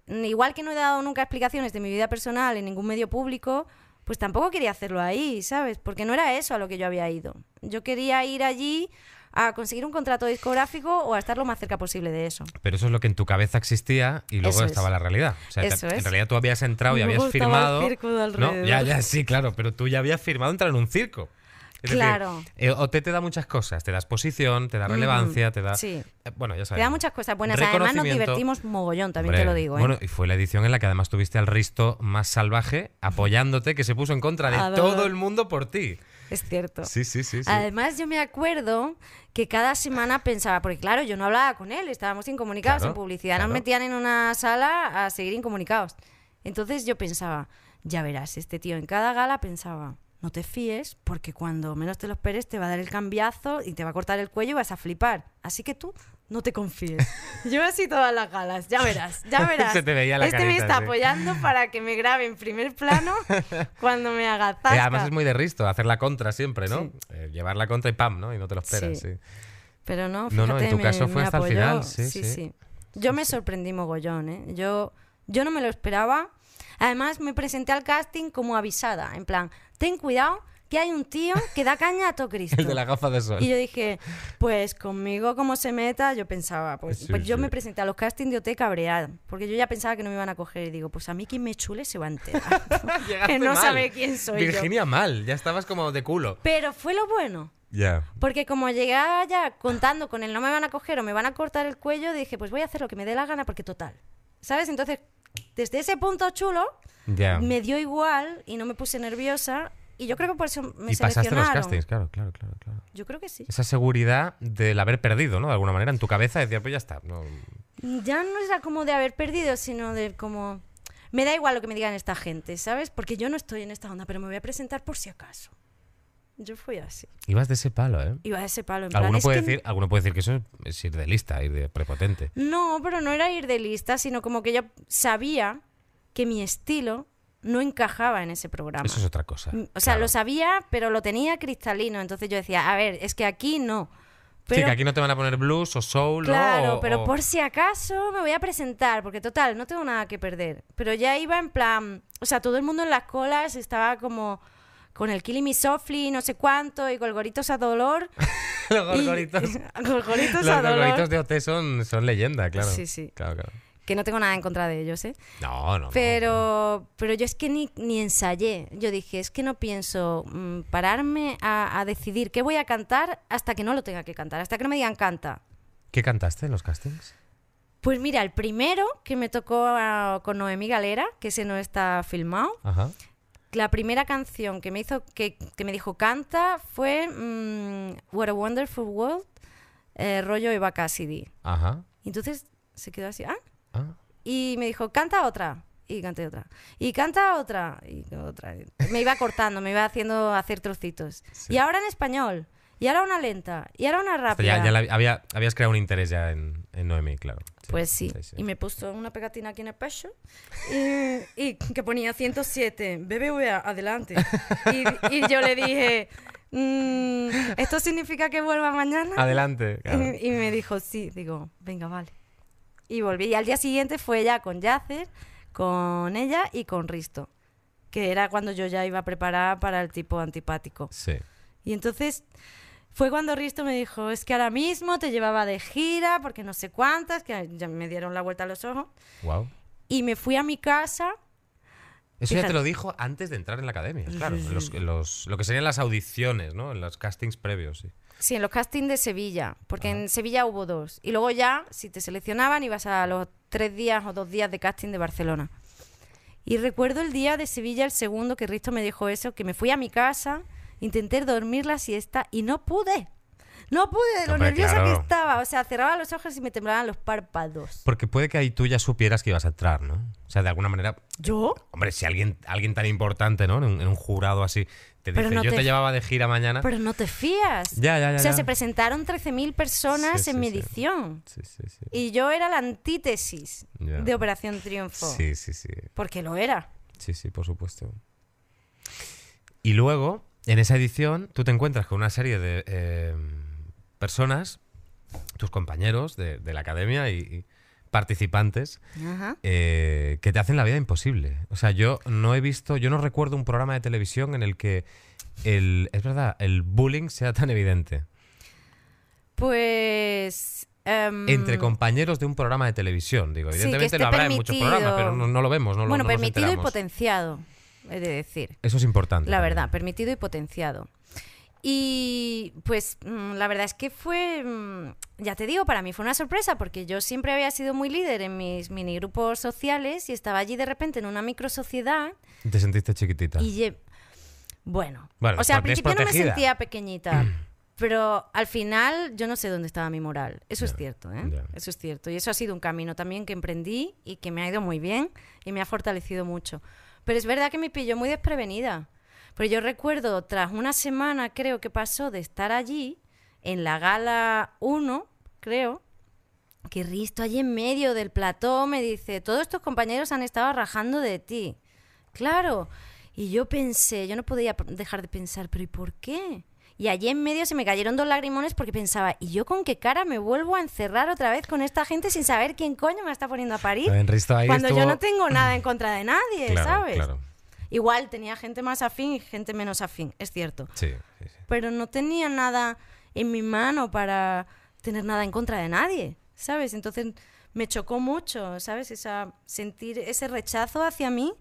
S3: igual que no he dado nunca explicaciones de mi vida personal en ningún medio público, pues tampoco quería hacerlo ahí, ¿sabes? Porque no era eso a lo que yo había ido. Yo quería ir allí a conseguir un contrato discográfico o a estar lo más cerca posible de eso.
S1: Pero eso es lo que en tu cabeza existía y luego
S3: Eso es.
S1: estaba la realidad. O sea, te-
S3: Eso
S1: en
S3: es.
S1: realidad tú habías entrado y
S3: Me
S1: habías
S3: gustaba el
S1: firmado.
S3: círculo
S1: no,
S3: alrededor.
S1: ya, ya, sí, claro, pero tú ya habías firmado entrar en un circo. Es decir,
S3: Claro.
S1: eh, OT te da muchas cosas, te da exposición, te da relevancia, te da...
S3: sí.
S1: eh, bueno, ya sabes.
S3: Te da muchas cosas buenas. Además nos divertimos mogollón, también te lo digo. ¿eh?
S1: Bueno, y fue la edición en la que además tuviste al Risto más salvaje apoyándote, que se puso en contra de
S3: A ver.
S1: todo el mundo por ti.
S3: es cierto.
S1: Sí, sí, sí. sí.
S3: Además, yo me acuerdo que cada semana pensaba, porque claro, yo no hablaba con él, estábamos incomunicados
S1: Claro,
S3: en publicidad,
S1: claro.
S3: nos metían en una sala a seguir incomunicados. Entonces yo pensaba, ya verás, este tío en cada gala pensaba, no te fíes, porque cuando menos te lo esperes te va a dar el cambiazo y te va a cortar el cuello y vas a flipar. Así que tú no te confíes. yo así todas las galas, ya verás, ya verás.
S1: Se te veía la
S3: este me
S1: carita,
S3: está
S1: sí.
S3: apoyando para que me grabe en primer plano cuando me haga
S1: Eh,
S3: zasca.
S1: además es muy de Risto, hacer la contra siempre, ¿no?
S3: Sí.
S1: Eh, llevar la contra y pam, ¿no? Y no te lo esperas,
S3: Sí.
S1: sí.
S3: Pero no,
S1: No,
S3: fíjate,
S1: no, en tu
S3: me-
S1: caso fue
S3: me
S1: hasta el
S3: apoyó.
S1: final, sí, sí.
S3: Yo me sorprendí mogollón, ¿eh? Yo, yo no me lo esperaba. Además, me presenté al casting como avisada, en plan, ten cuidado que hay un tío que da caña a todo Cristo.
S1: El de la gafa de sol.
S3: Y yo dije, pues conmigo como se meta, yo pensaba, pues,
S1: Sí,
S3: pues yo
S1: sí.
S3: me presenté a los castings de OT cabreada, porque yo ya pensaba que no me iban a coger y digo, pues a mí quien me chule se va a enterar, que no sabe quién soy yo.
S1: Virginia mal, ya estabas como de culo.
S3: Pero fue lo bueno,
S1: Ya.
S3: porque como llegaba ya contando con el no me van a coger o me van a cortar el cuello, dije, pues voy a hacer lo que me dé la gana porque total. ¿Sabes? Entonces, desde ese punto chulo,
S1: Ya.
S3: me dio igual y no me puse nerviosa. Y yo creo que por eso me
S1: y pasaste los
S3: seleccionaron.
S1: castings, claro, claro, claro, claro.
S3: Yo creo que sí.
S1: Esa seguridad del haber perdido, ¿no? De alguna manera, en tu cabeza decía, pues ya está. no-
S3: Ya no era como de haber perdido, sino de como... Me da igual lo que me digan esta gente, ¿sabes? Porque yo no estoy en esta onda, pero me voy a presentar por si acaso. Yo fui así.
S1: Ibas de ese palo, ¿eh?
S3: Iba a ese palo. En plan,
S1: Alguno
S3: es
S1: puede,
S3: que
S1: decir, alguno puede decir que eso es ir de lista, ir de prepotente.
S3: No, pero no era ir de lista, sino como que yo sabía que mi estilo no encajaba en ese programa.
S1: Eso es otra cosa.
S3: Mm, o sea,
S1: claro.
S3: lo sabía, pero lo tenía cristalino. Entonces yo decía, a ver, es que aquí no. Pero,
S1: sí, que aquí no te van a poner blues o soul
S3: claro,
S1: ¿no? O-
S3: pero
S1: o-
S3: por si acaso me voy a presentar, porque total, no tengo nada que perder. Pero ya iba en plan, o sea, todo el mundo en las colas estaba como con el Killing Me Softly, no sé cuánto, y gorgoritos a dolor.
S1: los
S3: y-
S1: gorgoritos.
S3: gorgoritos
S1: Los
S3: a dolor.
S1: gorgoritos de OT son, son leyenda, claro.
S3: Sí, sí.
S1: Claro, claro.
S3: Que no tengo nada en contra de ellos, ¿eh?
S1: No, no, no.
S3: Pero, pero yo es que ni, ni ensayé. Yo dije, es que no pienso mm, pararme a, a decidir qué voy a cantar hasta que no lo tenga que cantar, hasta que no me digan canta.
S1: ¿Qué cantaste en los castings?
S3: Pues mira, el primero que me tocó ah, con Noemí Galera, que ese no está filmado,
S1: Ajá.
S3: la primera canción que me hizo, que, que me dijo canta fue mm, What a Wonderful World, eh, rollo Eva Cassidy.
S1: Ajá.
S3: Y entonces se quedó así, ah,
S1: Ah.
S3: Y me dijo, canta otra. Y canté otra. Y canta otra. Y otra. Me iba cortando, me iba haciendo hacer trocitos.
S1: Sí.
S3: Y ahora en español. Y ahora una lenta. Y ahora una
S1: Hasta
S3: rápida.
S1: Ya, ya la- había, habías creado un interés ya en, en Noemí, claro.
S3: Pues sí. Y me puso una pegatina aquí en el pecho. Y, y que ponía 107. BBVA, adelante. Y, y yo le dije, "Mm, ¿esto significa que vuelva mañana?
S1: Adelante. claro.
S3: Y, y me dijo, sí, digo, venga, vale. Y volví. Y al día siguiente fue ya con Yacer, con ella y con Risto, que era cuando yo ya iba preparada para el tipo antipático.
S1: Sí.
S3: Y entonces fue cuando Risto me dijo, es que ahora mismo te llevaba de gira, porque no sé cuántas, que ya me dieron la vuelta a los ojos.
S1: Wow.
S3: Y me fui a mi casa.
S1: Eso ya
S3: Fíjate.
S1: te lo dijo antes de entrar en la academia, claro. en los- en los- lo que serían las audiciones, ¿no? En los castings previos, sí.
S3: Sí, en los castings de Sevilla, porque en Sevilla hubo dos. Y luego ya, si te seleccionaban, ibas a los tres días o dos días de casting de Barcelona. Y recuerdo el día de Sevilla, el segundo, que Risto me dijo eso, que me fui a mi casa, intenté dormir la siesta y no pude. No pude de lo
S1: Hombre,
S3: nerviosa
S1: claro.
S3: que estaba. O sea, cerraba los ojos y me temblaban los párpados.
S1: Porque puede que ahí tú ya supieras que ibas a entrar, ¿no? O sea, de alguna manera,
S3: ¿Yo?
S1: hombre, si alguien, alguien tan importante, ¿no? En un, en un jurado así, te
S3: Pero
S1: dice,
S3: no
S1: yo te...
S3: te-
S1: llevaba de gira mañana.
S3: Pero no te fías.
S1: Ya, ya, ya,
S3: o sea,
S1: ya.
S3: se presentaron 13.000 personas
S1: Sí,
S3: en
S1: sí,
S3: mi
S1: sí.
S3: edición.
S1: Sí, sí, sí.
S3: Y yo era la antítesis
S1: Ya.
S3: de Operación Triunfo.
S1: Sí, sí, sí.
S3: Porque lo era.
S1: Sí, sí, por supuesto. Y luego, en esa edición, tú te encuentras con una serie de eh, personas, tus compañeros de, de la academia y, y participantes,
S3: Ajá.
S1: eh, que te hacen la vida imposible. O sea, yo no he visto, yo no recuerdo un programa de televisión en el que el, es verdad, el bullying sea tan evidente.
S3: Pues... em,
S1: Entre compañeros de un programa de televisión, digo.
S3: Sí, que
S1: Evidentemente
S3: esté
S1: lo habrá en muchos
S3: permitido.
S1: programas, pero no, no lo vemos, no lo
S3: bueno,
S1: no nos
S3: permitido y
S1: enteramos.
S3: potenciado, he de decir.
S1: Eso es importante.
S3: La
S1: también.
S3: verdad, permitido y potenciado. Y pues mm, la verdad es que fue, mm, ya te digo, para mí fue una sorpresa porque yo siempre había sido muy líder en mis minigrupos sociales y estaba allí de repente en una microsociedad
S1: Te sentiste chiquitita.
S3: y lle- bueno,
S1: Bueno,
S3: o sea, al
S1: porque es
S3: principio no me
S1: protegida.
S3: sentía pequeñita, pero al final yo no sé dónde estaba mi moral. Eso es
S1: Ya,
S3: cierto, ¿eh?
S1: ya.
S3: Eso es cierto. Y eso ha sido un camino también que emprendí y que me ha ido muy bien y me ha fortalecido mucho. Pero es verdad que me pilló muy desprevenida. Pero yo recuerdo, tras una semana creo que pasó de estar allí, en la gala 1, creo, que Risto allí en medio del plató me dice, todos tus compañeros han estado rajando de ti. Claro. Y yo pensé, yo no podía p- dejar de pensar, pero ¿y por qué? Y allí en medio se me cayeron dos lagrimones porque pensaba, ¿y yo con qué cara me vuelvo a encerrar otra vez con esta gente sin saber quién coño me está poniendo a parir?
S1: También Risto ahí
S3: Cuando yo
S1: estuvo-
S3: no tengo nada en contra de nadie,
S1: Claro,
S3: ¿sabes?
S1: claro.
S3: Igual tenía gente más afín y gente menos afín, es cierto
S1: Sí, sí, sí.
S3: pero no tenía nada en mi mano para tener nada en contra de nadie, ¿sabes? Entonces me chocó mucho, ¿sabes? Esa, sentir ese rechazo hacia mí.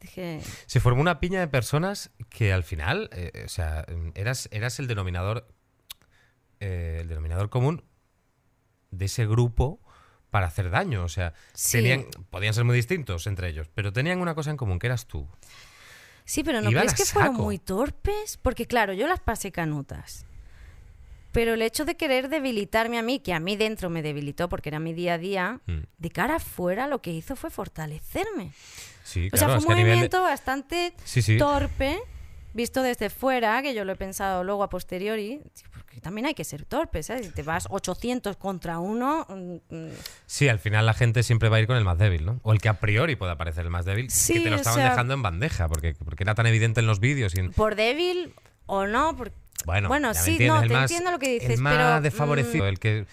S3: Dije,
S1: Se formó una piña de personas que al final, eh, o sea, eras, eras el denominador, eh, el denominador común de ese grupo para hacer daño. O sea,
S3: Sí.
S1: tenían, podían ser muy distintos entre ellos, pero tenían una cosa en común, que eras tú.
S3: sí, pero no
S1: Iban
S3: crees
S1: a
S3: que fueron
S1: saco.
S3: muy torpes, porque claro, yo las pasé canutas. Pero el hecho de querer debilitarme a mí, que a mí dentro me debilitó porque era mi día a día,
S1: Mm.
S3: de cara afuera lo que hizo fue fortalecerme.
S1: Sí,
S3: O sea,
S1: claro,
S3: fue
S1: es
S3: un
S1: que a nivel de-
S3: movimiento bastante
S1: Sí, sí.
S3: torpe, visto desde fuera, que yo lo he pensado luego a posteriori, porque también hay que ser torpe, ¿sabes? Si te vas 800 contra uno, mm, mm,
S1: Sí, al final la gente siempre va a ir con el más débil, ¿no? O el que a priori pueda parecer el más débil,
S3: Sí,
S1: que te lo
S3: o
S1: estaban
S3: sea-
S1: dejando en bandeja, porque, porque era tan evidente en los vídeos. Y en-
S3: por débil o no, por-
S1: Bueno,
S3: Bueno,
S1: ya me
S3: sí,
S1: entiendes,
S3: no,
S1: el
S3: te
S1: más-
S3: entiendo lo que
S1: El
S3: dices,
S1: más
S3: pero, mm,
S1: desfavorecido, el que...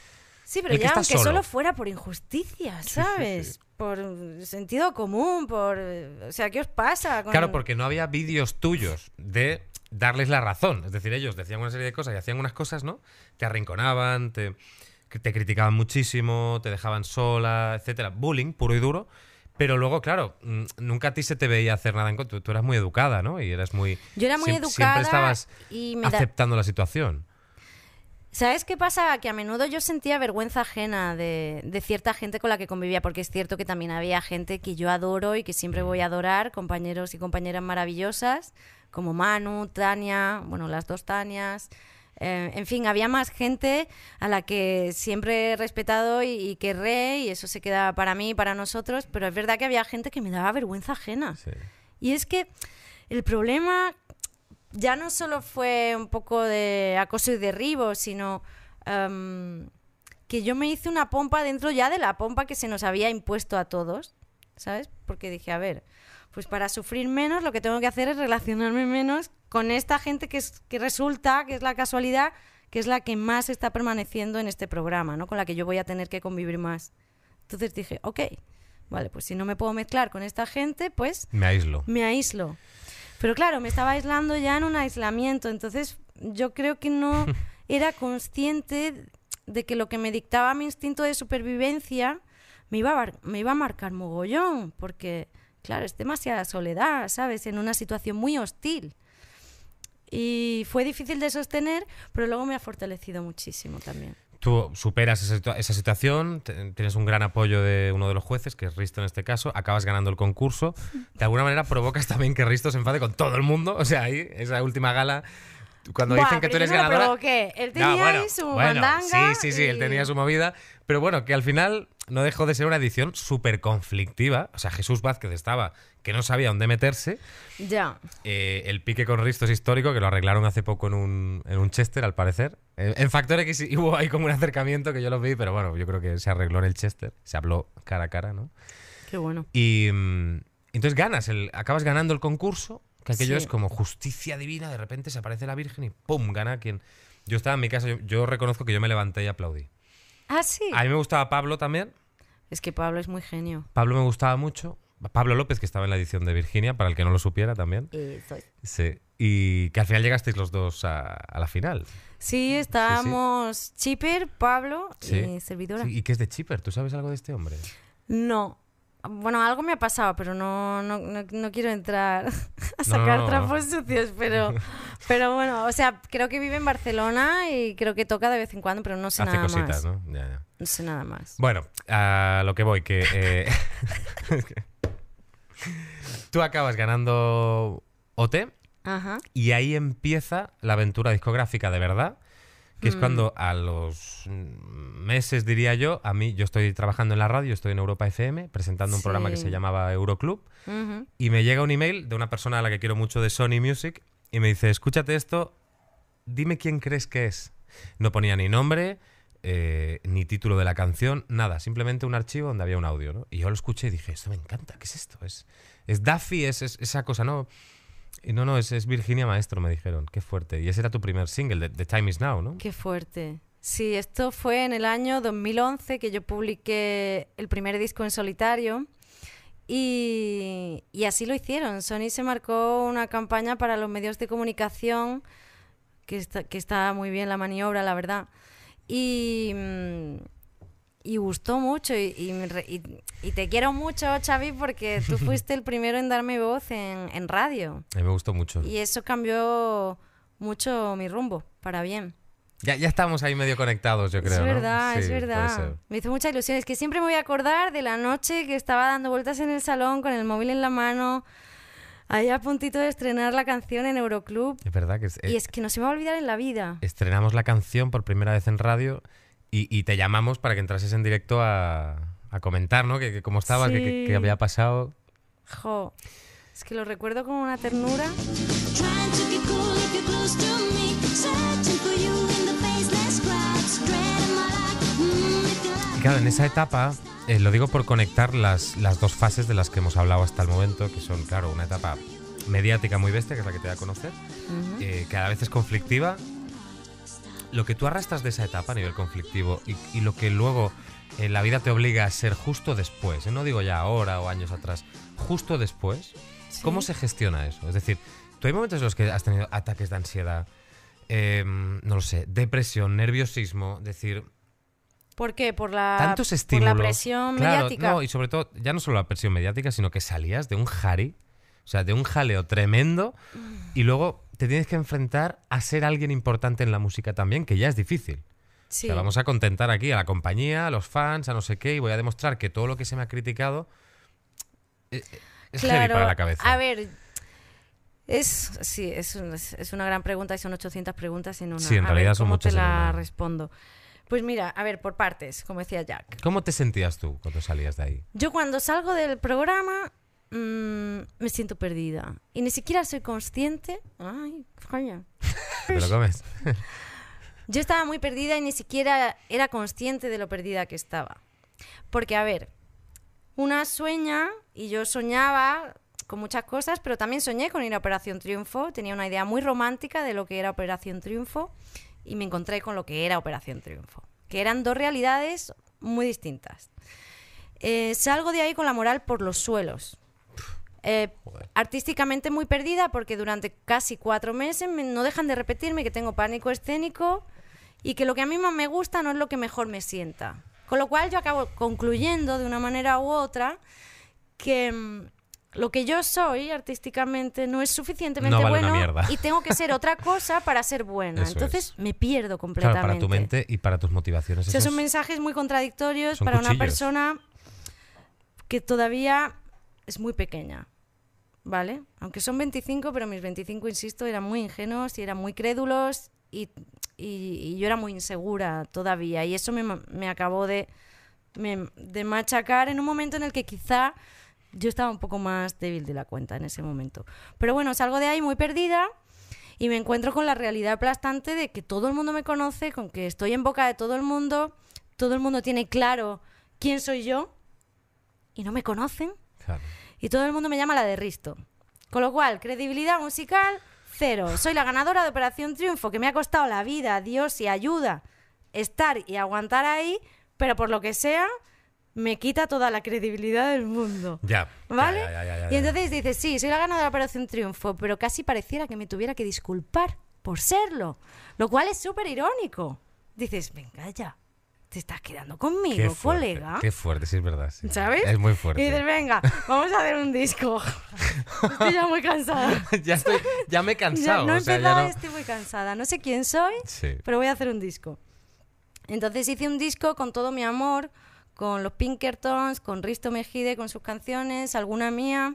S3: sí, pero
S1: El que
S3: ya
S1: está
S3: aunque
S1: solo.
S3: solo fuera por injusticia, ¿sabes? Por eh, sentido común, por... eh, O sea, ¿qué os pasa? con-
S1: Claro, porque no había vídeos tuyos de darles la razón. Es decir, ellos decían una serie de cosas y hacían unas cosas, ¿no? Te arrinconaban, te, que te criticaban muchísimo, te dejaban sola, etcétera. Bullying, puro y duro. Pero luego, claro, mm, nunca a ti se te veía hacer nada en contra. Tú, tú eras muy educada, ¿no? Y eras muy...
S3: Yo era muy
S1: siem-
S3: educada
S1: Siempre estabas
S3: y me da-
S1: aceptando la situación.
S3: ¿Sabes qué pasa? Que a menudo yo sentía vergüenza ajena de, de cierta gente con la que convivía, porque es cierto que también había gente que yo adoro y que siempre voy a adorar, compañeros y compañeras maravillosas, como Manu, Tania, bueno, las dos Tanias. eh, en fin, había más gente a la que siempre he respetado y, y querré, y eso se queda para mí y para nosotros, pero es verdad que había gente que me daba vergüenza ajena.
S1: Sí.
S3: Y es que el problema ya no solo fue un poco de acoso y derribo, sino em, que yo me hice una pompa dentro ya de la pompa que se nos había impuesto a todos, ¿sabes? Porque dije, a ver, pues para sufrir menos lo que tengo que hacer es relacionarme menos con esta gente que, es- que resulta, que es la casualidad, que es la que más está permaneciendo en este programa, ¿no? Con la que yo voy a tener que convivir más. Entonces dije, ok, vale, pues si no me puedo mezclar con esta gente, pues
S1: Me aíslo.
S3: me aíslo. Pero claro, me estaba aislando ya en un aislamiento, entonces yo creo que no era consciente de que lo que me dictaba mi instinto de supervivencia me iba a, bar- me iba a marcar mogollón, porque claro, es demasiada soledad, ¿sabes? En una situación muy hostil. Y fue difícil de sostener, pero luego me ha fortalecido muchísimo también.
S1: Tú superas esa, situa- esa situación, te- tienes un gran apoyo de uno de los jueces, que es Risto en este caso, acabas ganando el concurso. De alguna manera provocas también que Risto se enfade con todo el mundo. O sea, ahí, esa última gala, cuando
S3: Buah,
S1: dicen que tú
S3: pero
S1: eres
S3: yo no lo
S1: ganadora.
S3: provoqué. Él
S1: No,
S3: tenía
S1: bueno,
S3: ahí su
S1: bueno, Sí,
S3: mandanga
S1: sí, sí, él
S3: y-
S1: tenía su movida. Pero bueno, que al final no dejó de ser una edición súper conflictiva. O sea, Jesús Vázquez estaba que no sabía dónde meterse.
S3: Ya.
S1: Eh, el pique con Risto es histórico, que lo arreglaron hace poco en un, en un Chester, al parecer. Eh, en Factor X hubo ahí como un acercamiento que yo lo vi, pero bueno, yo creo que se arregló en el Chester. Se habló cara a cara, ¿no?
S3: Qué bueno.
S1: Y mm, entonces ganas, el, acabas ganando el concurso, que aquello
S3: Sí.
S1: es como justicia divina, de repente se aparece la Virgen y ¡pum! gana quien... Yo estaba en mi casa, yo, yo reconozco que yo me levanté y aplaudí.
S3: Ah, sí.
S1: A mí me gustaba Pablo también,
S3: Es que Pablo es muy genio.
S1: Pablo me gustaba mucho. Pablo López, que estaba en la edición de Virginia, para el que no lo supiera también.
S3: Eso es.
S1: Sí. y que al final llegasteis los dos a, a la final.
S3: Sí, estábamos Chipper, Pablo
S1: Sí.
S3: y servidora.
S1: Sí, ¿Y qué es de Chipper? ¿Tú sabes algo de este hombre?
S3: No. Bueno, algo me ha pasado, pero no, no, no, no quiero entrar a
S1: No, no,
S3: sacar
S1: no.
S3: trapos sucios, pero, pero bueno, o sea, creo que vive en Barcelona y creo que toca de vez en cuando, pero no sé
S1: Hace
S3: nada
S1: cositas,
S3: más.
S1: ¿no? Ya, ya.
S3: No sé nada más.
S1: Bueno, a lo que voy, que... eh, Tú acabas ganando OT
S3: Ajá.
S1: y ahí empieza la aventura discográfica de verdad, que
S3: Mm.
S1: es cuando a los mm, meses, diría yo, a mí, yo estoy trabajando en la radio, estoy en Europa FM, presentando un programa que
S3: Sí.
S1: se llamaba Euroclub,
S3: Ujú.
S1: y me llega un email de una persona a la que quiero mucho de Sony Music y me dice, escúchate esto, dime quién crees que es. No ponía ni nombre, eh, ni título de la canción, nada, simplemente un archivo donde había un audio. ¿no? Y yo lo escuché y dije, esto me encanta, ¿qué es esto? Es, es Daffy, es, es esa cosa, ¿no? Y no, no, es, es Virginia Maestro, me dijeron, qué fuerte. Y ese era tu primer single, de, de Time Is Now, ¿no?
S3: Qué fuerte. Sí, esto fue en el año 2011 que yo publiqué el primer disco en solitario y, y así lo hicieron. Sony se marcó una campaña para los medios de comunicación que está, que está muy bien la maniobra, la verdad. Y, mm, y gustó mucho y, y me re- y- y te quiero mucho, Xavi, porque tú fuiste el primero en darme voz en- en radio
S1: A mí me gustó mucho.
S3: y eso cambió mucho mi rumbo, para bien.
S1: Ya, ya estamos ahí medio conectados, yo creo.
S3: Es
S1: ¿no?
S3: verdad, es
S1: Sí, puede
S3: verdad.
S1: ser.
S3: Me hizo mucha ilusión. Es que siempre me voy a acordar de la noche que estaba dando vueltas en el salón con el móvil en la mano, ahí a puntito de estrenar la canción en Euroclub.
S1: Es verdad que es, eh,
S3: Y es que no se me va a olvidar en la vida.
S1: estrenamos la canción por primera vez en radio y, y te llamamos para que entrases en directo a, a comentar, ¿no? Que, que cómo estabas, que- que,
S3: Sí.
S1: que había pasado.
S3: Jo. Es que lo recuerdo con una ternura.
S4: Trying to get cool if you're close to me. Searching for you in the faceless crowd. Straight in my life. Mm, if you
S1: Y
S4: like.
S1: claro, en esa etapa, eh, lo digo por conectar las, las dos fases de las que hemos hablado hasta el momento, que son, claro, una etapa mediática muy bestia, que es la que te da a conocer, eh, que a la vez es conflictiva. Lo que tú arrastras de esa etapa a nivel conflictivo y, y lo que luego eh, la vida te obliga a ser justo después, eh, no digo ya ahora o años atrás, justo después, ¿cómo se gestiona eso? Es decir, tú hay momentos en los que has tenido ataques de ansiedad, em, no lo sé, depresión, nerviosismo, decir,
S3: ¿Por qué? Por la,
S1: tantos
S3: por
S1: estímulos.
S3: la presión
S1: Claro,
S3: mediática.
S1: No, y sobre todo, ya no solo la presión mediática, sino que salías de un jari, o sea, de un jaleo tremendo, y luego te tienes que enfrentar a ser alguien importante en la música también, que ya es difícil. O
S3: Sí.
S1: sea, vamos a contentar aquí a la compañía, a los fans, a no sé qué, y voy a demostrar que todo lo que se me ha criticado eh, eh, es heavy para la cabeza.
S3: A ver, es, sí, es, un- es- es una gran pregunta y son 800 preguntas en una.
S1: Sí, en
S3: A
S1: realidad
S3: ver,
S1: son
S3: ¿cómo
S1: muchas
S3: te
S1: en
S3: la
S1: una.
S3: respondo? Pues mira, a ver, por partes, como decía Jack.
S1: ¿Cómo te sentías tú cuando salías de ahí?
S3: Yo cuando salgo del programa mm, me siento perdida y ni siquiera soy consciente. Ay, coño.
S1: ¿Te lo comes?
S3: Yo estaba muy perdida y ni siquiera era consciente de lo perdida que estaba. Porque, a ver, una sueña y yo soñaba con muchas cosas, pero también soñé con ir a Operación Triunfo. Tenía una idea muy romántica de lo que era Operación Triunfo y me encontré con lo que era Operación Triunfo, que eran dos realidades muy distintas. Eh, salgo de ahí con la moral por los suelos. Eh,
S1: Joder.
S3: artísticamente muy perdida porque durante casi cuatro meses me- no dejan de repetirme que tengo pánico escénico y que lo que a mí más me gusta no es lo que mejor me sienta. Con lo cual yo acabo concluyendo de una manera u otra que mm, lo que yo soy artísticamente no es suficientemente
S1: No vale una
S3: bueno
S1: mierda.
S3: y tengo que ser otra cosa para ser buena.
S1: Eso
S3: Entonces
S1: es.
S3: me
S1: Claro,
S3: pierdo completamente.
S1: para tu mente y para tus motivaciones.
S3: O sea,
S1: eso
S3: son
S1: es-
S3: mensajes muy contradictorios
S1: son
S3: para una
S1: cuchillos.
S3: persona que todavía es muy pequeña, ¿vale? Aunque son 25, pero mis 25, insisto, eran muy ingenuos y eran muy crédulos y, y- y yo era muy insegura todavía. Y eso me, ma- me acabó de, me- de machacar en un momento en el que quizá yo estaba un poco más débil de la cuenta en ese momento. Pero bueno, salgo de ahí muy perdida y me encuentro con la realidad aplastante de que todo el mundo me conoce, con que estoy en boca de todo el mundo, todo el mundo tiene claro quién soy yo y no me conocen
S1: Claro.
S3: y todo el mundo me llama la de Risto. Con lo cual, credibilidad musical, cero. Soy la ganadora de Operación Triunfo, que me ha costado la vida, Dios y ayuda estar y aguantar ahí, pero por lo que sea, me quita toda la credibilidad del mundo.
S1: Ya.
S3: ¿Vale?
S1: Ya, ya, ya, ya,
S3: y
S1: ya.
S3: entonces dices, sí, soy la ganadora de la Operación Triunfo, pero casi pareciera que me tuviera que disculpar por serlo, lo cual es súper irónico. Dices, venga ya, te estás quedando conmigo,
S1: Qué fuerte,
S3: colega.
S1: Qué fuerte, sí, es verdad. sí.
S3: ¿Sabes?
S1: Es muy fuerte.
S3: Y dices, venga, vamos a hacer un disco. Estoy ya muy cansada.
S1: ya, estoy, ya me he
S3: Ya,
S1: cansado.
S3: no he
S1: o sea, ya
S3: empezado,
S1: no-
S3: estoy muy cansada. No sé quién soy,
S1: Sí.
S3: pero voy a hacer un disco. Entonces hice un disco con todo mi amor, con los Pinkertons, con Risto Mejide, con sus canciones, alguna mía.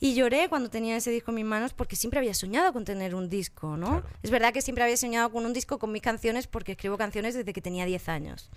S3: Y lloré cuando tenía ese disco en mis manos porque siempre había soñado con tener un disco, ¿no?
S1: Claro.
S3: Es verdad que siempre había soñado con un disco con mis canciones porque escribo canciones desde que tenía 10 años.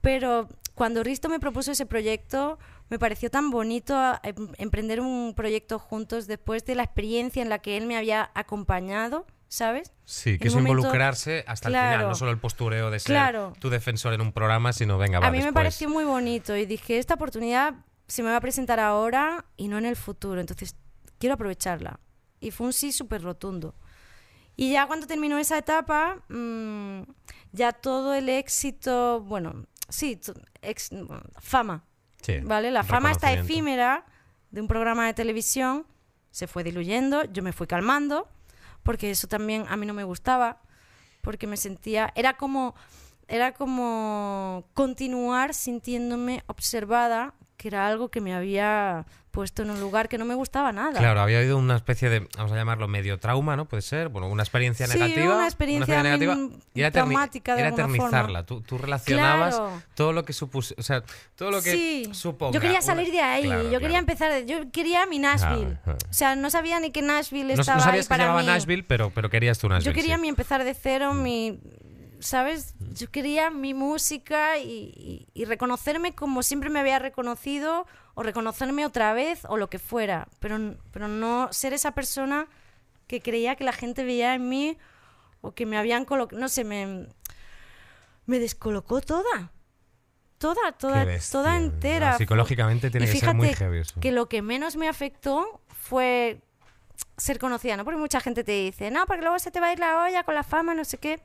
S3: Pero cuando Risto me propuso ese proyecto, me pareció tan bonito a- em- emprender un proyecto juntos después de la experiencia en la que él me había acompañado, ¿sabes?
S1: Sí,
S3: En
S1: que es
S3: un momento-
S1: involucrarse hasta el final,
S3: Claro.
S1: no solo el postureo de ser
S3: Claro.
S1: tu defensor en un programa, sino venga, va,
S3: a mí me
S1: después.
S3: pareció muy bonito y dije, esta oportunidad se me va a presentar ahora y no en el futuro, entonces quiero aprovecharla. Y fue un sí súper rotundo. Y ya cuando terminó esa etapa, mm, ya todo el éxito, bueno, sí, to- ex- fama,
S1: Sí,
S3: ¿vale? La fama está
S1: reconocimiento.
S3: efímera de un programa de televisión, se fue diluyendo, yo me fui calmando, porque eso también a mí no me gustaba, porque me sentía, era como, era como continuar sintiéndome observada, que era algo que me había puesto en un lugar que no me gustaba nada.
S1: Claro, había habido una especie de, vamos a llamarlo medio trauma, ¿no? Puede ser, bueno, una experiencia
S3: Sí,
S1: negativa.
S3: una experiencia bien
S1: y era,
S3: traumática de
S1: era
S3: alguna forma.
S1: eternizarla. Tú, tú relacionabas
S3: Claro.
S1: todo lo que supuso, o sea, todo lo que
S3: sí.
S1: suponga
S3: Yo
S1: una-
S3: quería salir de ahí,
S1: Claro,
S3: yo
S1: claro.
S3: quería empezar, de- yo quería mi Nashville.
S1: Ajá.
S3: O sea, no sabía ni que Nashville
S1: No, no
S3: estaba ahí
S1: sabías que se
S3: para
S1: llamaba
S3: mí.
S1: Nashville, pero, pero querías tú Nashville.
S3: Yo quería
S1: sí.
S3: mi empezar de cero,
S1: Mm.
S3: mi. ¿Sabes? Yo quería mi música y, y- y reconocerme como siempre me había reconocido, o reconocerme otra vez, o lo que fuera. Pero, n- pero no ser esa persona que creía que la gente veía en mí o que me habían colocado. No sé, me. Me descolocó toda. Toda, toda,
S1: Qué bestia.
S3: toda entera.
S1: No, psicológicamente tiene
S3: Y
S1: que ser
S3: fíjate
S1: muy heavy eso.
S3: que lo que menos me afectó fue ser conocida, ¿no? Porque mucha gente te dice, no, porque luego se te va a ir la olla con la fama, no sé qué.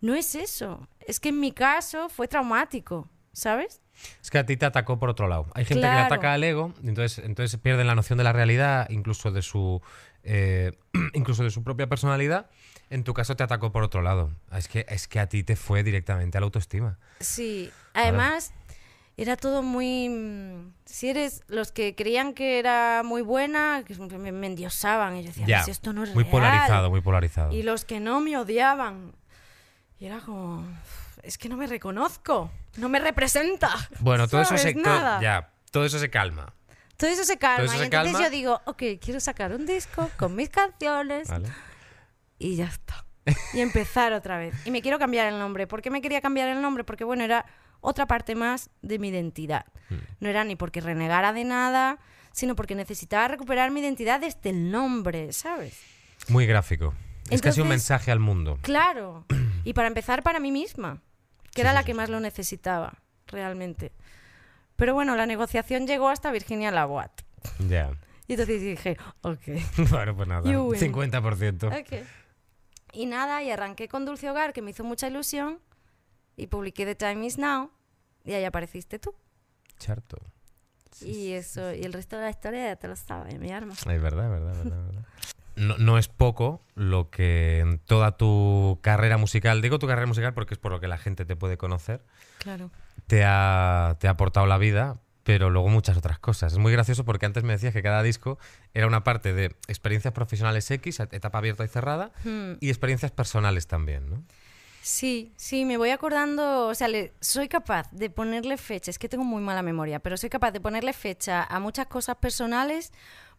S3: No es eso. Es que en mi caso fue traumático, ¿sabes?
S1: Es que a ti te atacó por otro lado. Hay gente que
S3: Claro.
S1: le ataca al ego, y entonces, entonces pierden la noción de la realidad, incluso de su eh, incluso de su propia personalidad. En tu caso te atacó por otro lado. Ah, Es que, es que a ti te fue directamente a la autoestima.
S3: Sí. Además, era todo muy... mm, Si eres los que creían que era muy buena, que me, me endiosaban. Y yo decía, "Pero si pues esto no es
S1: muy
S3: real".
S1: polarizado, muy polarizado.
S3: Y los que no me odiaban. Y era como... Es que no me reconozco. No me representa.
S1: Bueno, todo eso,
S3: ¿sabes?
S1: se, to-
S3: Nada.
S1: ya, todo eso se calma.
S3: Todo eso se calma.
S1: Todo eso
S3: y
S1: se
S3: entonces
S1: calma.
S3: yo digo, ok, quiero sacar un disco con mis canciones
S1: ¿vale?
S3: y ya está. Y empezar otra vez. Y me quiero cambiar el nombre. ¿Por qué me quería cambiar el nombre? Porque, bueno, era otra parte más de mi identidad.
S1: Hmm.
S3: No era ni porque renegara de nada, sino porque necesitaba recuperar mi identidad desde el nombre, ¿sabes?
S1: Muy gráfico. es casi un
S3: Entonces-
S1: mensaje al mundo.
S3: Claro. Y para empezar, para mí misma, que era la que más lo necesitaba, realmente. Pero bueno, la negociación llegó hasta Virginia Laboat.
S1: Ya.
S3: Y entonces dije, ok.
S1: bueno, pues nada.
S3: You win.
S1: 50%.
S3: Ok. Y nada, y arranqué con Dulce Hogar, que me hizo mucha ilusión, y publiqué The Time Is Now, y ahí apareciste tú.
S1: Charto.
S3: Y eso, y el resto de la historia ya te lo sabes, mi arma.
S1: Es verdad, es verdad, es verdad, es verdad. No, no es poco lo que en toda tu carrera musical, digo tu carrera musical porque es por lo que la gente te puede conocer,
S3: Claro.
S1: te ha, te ha aportado la vida, pero luego muchas otras cosas. Es muy gracioso porque antes me decías que cada disco era una parte de experiencias profesionales X, etapa abierta y cerrada, y experiencias personales también, ¿no?
S3: Sí, sí, me voy acordando, o sea, le- soy capaz de ponerle fecha, es que tengo muy mala memoria, pero soy capaz de ponerle fecha a muchas cosas personales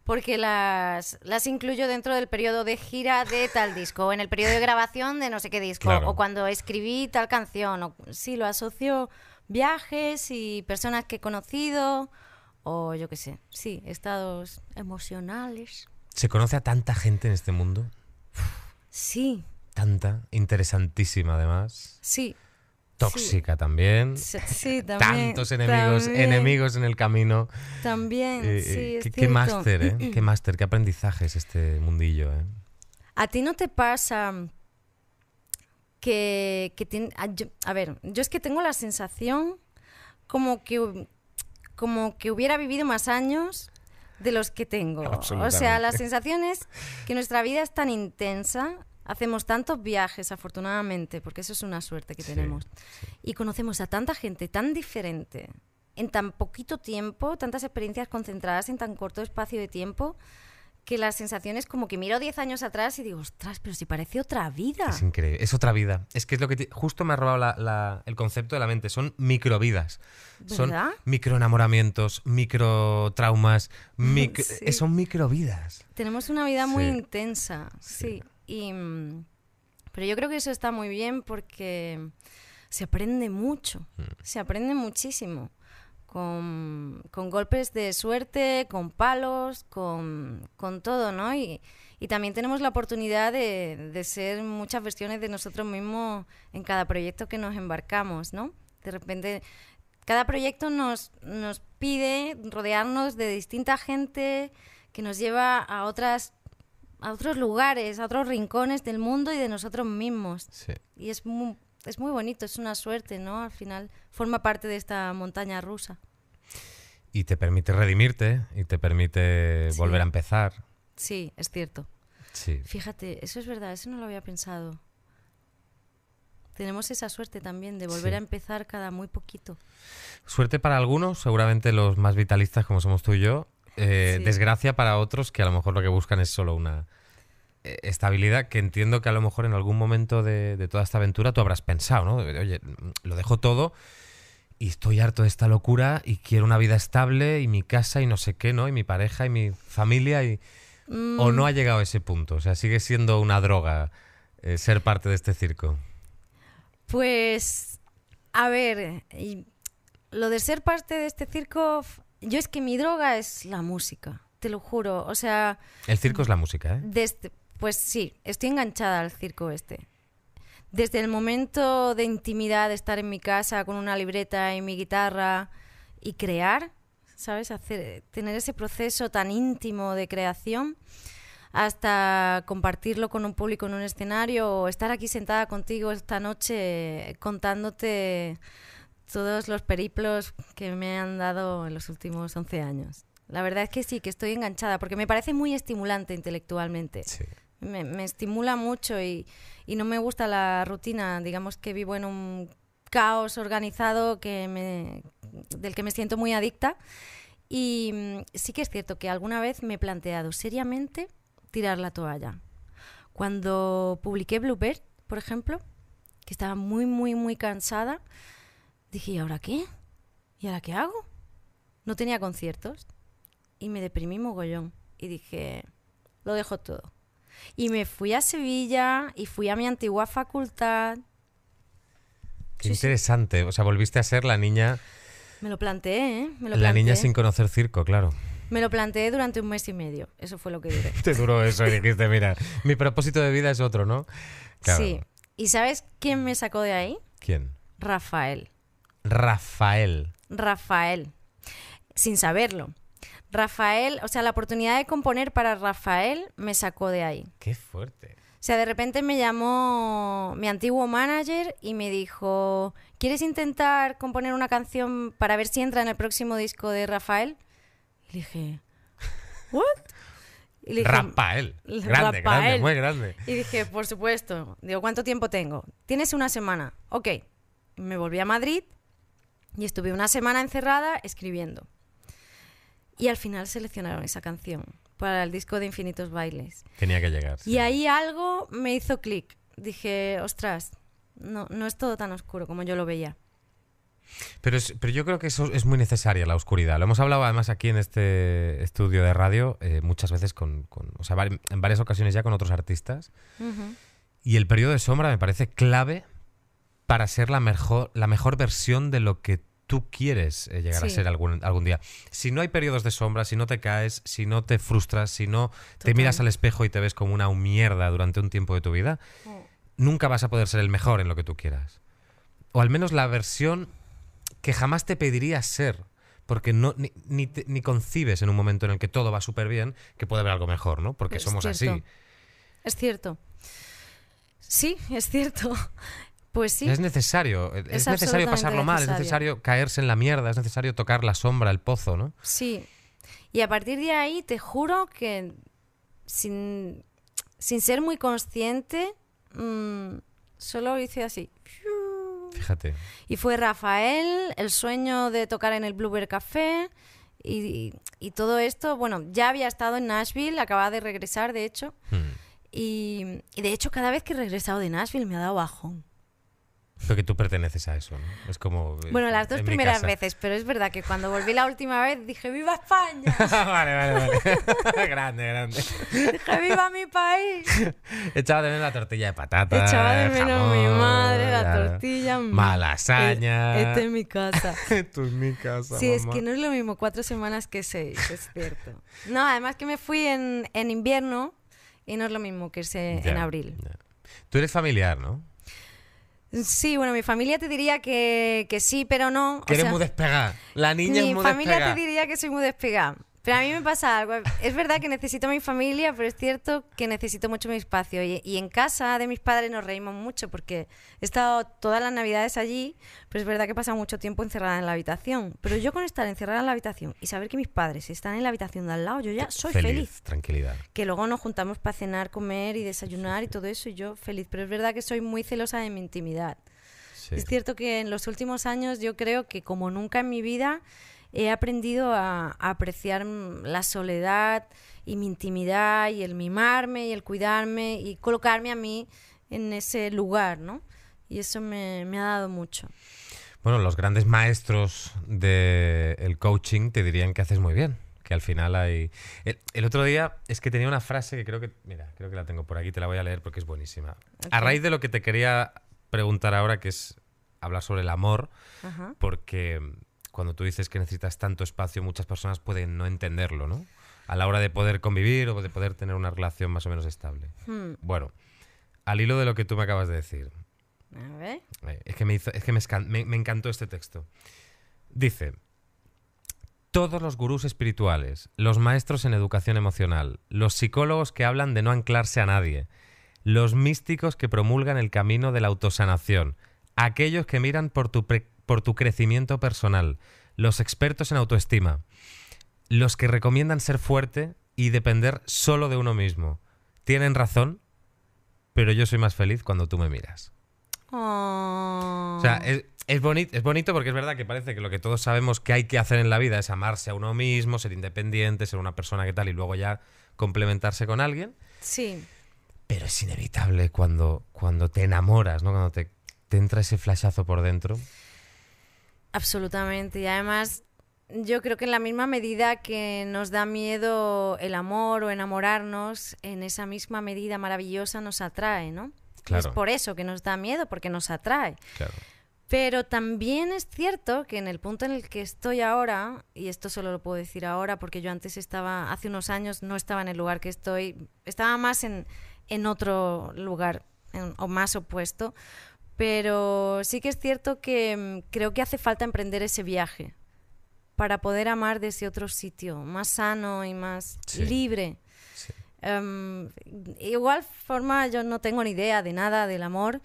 S3: porque las, las incluyo dentro del periodo de gira de tal disco, o en el periodo de grabación de no sé qué disco,
S1: Claro.
S3: o cuando escribí tal canción, o sí, lo asocio viajes y personas que he conocido, o yo qué sé, sí, estados emocionales.
S1: Se conoce a tanta gente en este mundo,
S3: Sí,
S1: tanta, interesantísima además,
S3: sí,
S1: tóxica también.
S3: sí, sí, también.
S1: Tantos enemigos,
S3: también.
S1: enemigos en el camino.
S3: También,
S1: Eh,
S3: sí,
S1: eh,
S3: es
S1: qué, qué
S3: cierto. Mm,
S1: máster, ¿eh? Qué máster, qué aprendizaje es este mundillo, ¿eh?
S3: ¿A ti no te pasa ah, que, que tien- a, yo- a ver, yo es que tengo la sensación como que, hu- como que hubiera vivido más años de los que tengo. O sea,
S1: Absolutamente.
S3: la sensación es que nuestra vida es tan intensa, hacemos tantos viajes, afortunadamente, porque eso es una suerte que
S1: Sí,
S3: tenemos, y conocemos a tanta gente tan diferente, en tan poquito tiempo, tantas experiencias concentradas en tan corto espacio de tiempo, que la sensación es como que miro 10 años atrás y digo, ostras, pero si parece otra vida.
S1: Es increíble, es otra vida. Es que es lo que te- justo me ha robado la- la- el concepto de la mente. Son microvidas. Son
S3: ¿Verdad?
S1: microenamoramientos, microtraumas, micro...
S3: Sí.
S1: eh, son microvidas.
S3: Tenemos una vida muy
S1: Sí.
S3: intensa,
S1: Sí.
S3: sí. Y, mm, pero yo creo que eso está muy bien porque se aprende mucho,
S1: Mm.
S3: se aprende muchísimo. Con, con golpes de suerte, con palos, con, con todo, ¿no? Y, y también tenemos la oportunidad de, de ser muchas versiones de nosotros mismos en cada proyecto que nos embarcamos, ¿no? De repente cada proyecto nos, nos pide rodearnos de distinta gente que nos lleva a otras a otros lugares, a otros rincones del mundo y de nosotros mismos.
S1: Sí.
S3: Y es muy, es muy bonito, es una suerte, ¿no? Al final forma parte de esta montaña rusa.
S1: Y te permite redimirte y te permite
S3: Sí.
S1: volver a empezar.
S3: Sí, es cierto.
S1: Sí.
S3: Fíjate, eso es verdad, eso no lo había pensado. Tenemos esa suerte también de volver
S1: Sí.
S3: a empezar cada muy poquito.
S1: Suerte para algunos, seguramente los más vitalistas como somos tú y yo. eh,
S3: Sí.
S1: Desgracia para otros que a lo mejor lo que buscan es solo una eh, estabilidad que entiendo que a lo mejor en algún momento de, de toda esta aventura tú habrás pensado, ¿no? De, Oye, mm, lo dejo todo y estoy harto de esta locura y quiero una vida estable y mi casa y no sé qué, ¿no? Y mi pareja y mi familia y... O no ha llegado a ese punto, o sea, sigue siendo una droga eh, ser parte de este circo.
S3: Pues, a ver, y lo de ser parte de este circo, f- yo es que mi droga es la música, te lo juro. O sea,
S1: El circo es la música, ¿eh?
S3: desde, pues sí, estoy enganchada al circo este. Desde el momento de intimidad, de estar en mi casa con una libreta y mi guitarra y crear, ¿sabes? Hacer, eh, tener ese proceso tan íntimo de creación hasta compartirlo con un público en un escenario o estar aquí sentada contigo esta noche eh, contándote todos los periplos que me han dado en los últimos 11 años. La verdad es que sí, que estoy enganchada, porque me parece muy estimulante intelectualmente.
S1: Sí.
S3: Me, me estimula mucho y, y no me gusta la rutina. Digamos que vivo en un caos organizado que me, del que me siento muy adicta. Y mm, sí que es cierto que alguna vez me he planteado seriamente tirar la toalla. Cuando publiqué Bluebird, por ejemplo, que estaba muy, muy, muy cansada, dije, ¿y ahora qué? ¿Y ahora qué hago? No tenía conciertos y me deprimí mogollón. Y dije, lo dejo todo. Y me fui a Sevilla y fui a mi antigua facultad.
S1: Qué
S3: Sí, sí.
S1: interesante. O sea, volviste a ser la niña,
S3: Me lo planteé, ¿eh? Me lo
S1: la niña
S3: planteé.
S1: sin conocer circo, claro.
S3: Me lo planteé durante un mes y medio. Eso fue lo que duré.
S1: Te duró eso y dijiste, mira, mi propósito de vida es otro, ¿no? Claro.
S3: Sí. ¿Y sabes quién me sacó de ahí?
S1: ¿Quién?
S3: Rafael.
S1: Rafael.
S3: Rafael. Sin saberlo. Rafael, o sea, la oportunidad de componer para Rafael me sacó de ahí.
S1: Qué fuerte.
S3: O sea, de repente me llamó mi antiguo manager y me dijo, ¿quieres intentar componer una canción para ver si entra en el próximo disco de Rafael? Y le dije, ¿what? Y le dije,
S1: Rafael.
S3: L-
S1: Grande, grande,
S3: Rafael.
S1: muy grande.
S3: y dije, por supuesto. Digo, ¿cuánto tiempo tengo? Tienes una semana. Ok. Me volví a Madrid y estuve una semana encerrada escribiendo. Y al final seleccionaron esa canción para el disco de Infinitos Bailes.
S1: Tenía que llegar. sí.
S3: Y ahí algo me hizo clic. Dije, ostras, no, no es todo tan oscuro como yo lo veía.
S1: Pero, es- pero yo creo que eso es muy necesaria, la oscuridad. Lo hemos hablado además aquí en este estudio de radio eh, muchas veces, con, con- o sea, vari- en varias ocasiones ya con otros artistas.
S3: Ujú.
S1: Y el periodo de sombra me parece clave para ser la mejor, la mejor versión de lo que tú quieres eh, llegar a
S3: Sí.
S1: ser algún, algún día. Si no hay periodos de sombra, si no te caes, si no te frustras, si no te
S3: Total.
S1: miras al espejo y te ves como una mierda durante un tiempo de tu vida, nunca vas a poder ser el mejor en lo que tú quieras. O al menos la versión que jamás te pedirías ser. Porque no, ni, ni te- ni concibes en un momento en el que todo va súper bien que puede haber algo mejor, ¿no? Porque
S3: Es
S1: somos así.
S3: cierto. Es cierto. Sí, es cierto. Pues sí.
S1: Es necesario, es,
S3: Es
S1: necesario
S3: absolutamente
S1: pasarlo mal, es
S3: necesario.
S1: necesario caerse en la mierda, es necesario tocar la sombra, el pozo, ¿no?
S3: Sí. Y a partir de ahí, te juro que sin, sin ser muy consciente, mm, solo hice así.
S1: Fíjate.
S3: Y fue Rafael, el sueño de tocar en el Bluebird Café y, y todo esto. Bueno, ya había estado en Nashville, acababa de regresar, de hecho.
S1: Hmm.
S3: Y, y de hecho, cada vez que he regresado de Nashville me ha dado bajón.
S1: Pero que tú perteneces a eso, ¿no? Es como... eh,
S3: Bueno, las dos
S1: en mi
S3: primeras
S1: casa.
S3: veces, pero es verdad que cuando volví la última vez dije: ¡Viva España!
S1: vale, vale, vale. grande, grande.
S3: ¡Dije, ¡Viva mi país!
S1: Echaba de menos la tortilla de patata.
S3: Echaba de
S1: el
S3: menos
S1: jamón,
S3: mi madre, la
S1: claro.
S3: tortilla. mm,
S1: Malasaña.
S3: e- Esta es mi casa.
S1: Esto es mi casa.
S3: Sí, es
S1: mamá.
S3: que no es lo mismo cuatro semanas que seis, es cierto. No, además que me fui en, en invierno y no es lo mismo que irse en
S1: Ya,
S3: abril.
S1: ya. Tú eres familiar, ¿no?
S3: Sí, bueno, mi familia te diría que, que sí, pero no. o
S1: Que eres
S3: sea,
S1: muy despegada. La niña
S3: mi
S1: es muy
S3: familia
S1: despegada.
S3: te diría que soy muy despegada. Pero a mí me pasa algo. Es verdad que necesito a mi familia, pero es cierto que necesito mucho mi espacio. Y, y en casa de mis padres nos reímos mucho porque he estado todas las navidades allí, pero es verdad que he pasado mucho tiempo encerrada en la habitación. Pero yo con estar encerrada en la habitación y saber que mis padres están en la habitación de al lado, yo ya soy feliz.
S1: Tranquilidad.
S3: Que luego nos juntamos para cenar, comer y desayunar y todo eso, y yo feliz. Pero es verdad que soy muy celosa de mi intimidad.
S1: Sí.
S3: Es cierto que en los últimos años yo creo que como nunca en mi vida he aprendido a, a apreciar mm, la soledad y mi intimidad y el mimarme y el cuidarme y colocarme a mí en ese lugar, ¿no? Y eso me, me ha dado mucho.
S1: Bueno, los grandes maestros del coaching te dirían que haces muy bien. Que al final hay. El, el otro día es que tenía una frase que creo que. Mira, creo que la tengo por aquí, te la voy a leer porque es buenísima. A
S3: Ok.
S1: raíz de lo que te quería preguntar ahora, que es hablar sobre el amor,
S3: Ajá.
S1: porque cuando tú dices que necesitas tanto espacio, muchas personas pueden no entenderlo, ¿no? A la hora de poder convivir o de poder tener una relación más o menos estable.
S3: Hmm.
S1: Bueno, al hilo de lo que tú me acabas de decir,
S3: A ver.
S1: eh, Es que me hizo- es que me, escan- me- me encantó este texto. Dice: Todos los gurús espirituales, los maestros en educación emocional, los psicólogos que hablan de no anclarse a nadie, los místicos que promulgan el camino de la autosanación, aquellos que miran por tu, pre- por tu crecimiento personal, los expertos en autoestima, los que recomiendan ser fuerte y depender solo de uno mismo. Tienen razón, pero yo soy más feliz cuando tú me miras.
S3: Oh.
S1: O sea, eh, es, es, boni- es bonito porque es verdad que parece que lo que todos sabemos que hay que hacer en la vida es amarse a uno mismo, ser independiente, ser una persona que tal y luego ya complementarse con alguien.
S3: Sí.
S1: Pero es inevitable cuando, cuando te enamoras, ¿no? Cuando te, te entra ese flashazo por dentro.
S3: Absolutamente. Y además, yo creo que en la misma medida que nos da miedo el amor o enamorarnos, en esa misma medida maravillosa nos atrae, ¿no?
S1: Claro.
S3: Es por eso que nos da miedo, porque nos atrae.
S1: Claro.
S3: Pero también es cierto que en el punto en el que estoy ahora, y esto solo lo puedo decir ahora porque yo antes estaba, hace unos años no estaba en el lugar que estoy, estaba más en, en otro lugar en- o más opuesto, pero sí que es cierto que mm, creo que hace falta emprender ese viaje para poder amar desde otro sitio, más sano y más
S1: Sí.
S3: libre.
S1: Sí.
S3: Em, igual forma yo no tengo ni idea de nada del amor.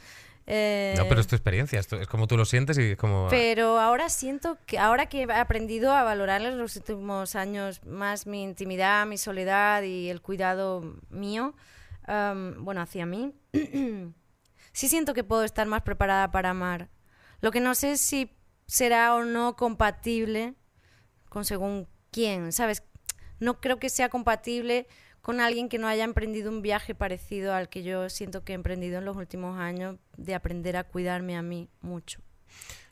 S3: eh,
S1: No, pero es tu experiencia, esto es como tú lo sientes y es como...
S3: pero ahora siento que ahora que he aprendido a valorar en los últimos años más mi intimidad, mi soledad y el cuidado mío, em, bueno, hacia mí, sí siento que puedo estar más preparada para amar. Lo que no sé es si será o no compatible con según quién, ¿sabes? No creo que sea compatible con alguien que no haya emprendido un viaje parecido al que yo siento que he emprendido en los últimos años de aprender a cuidarme a mí mucho.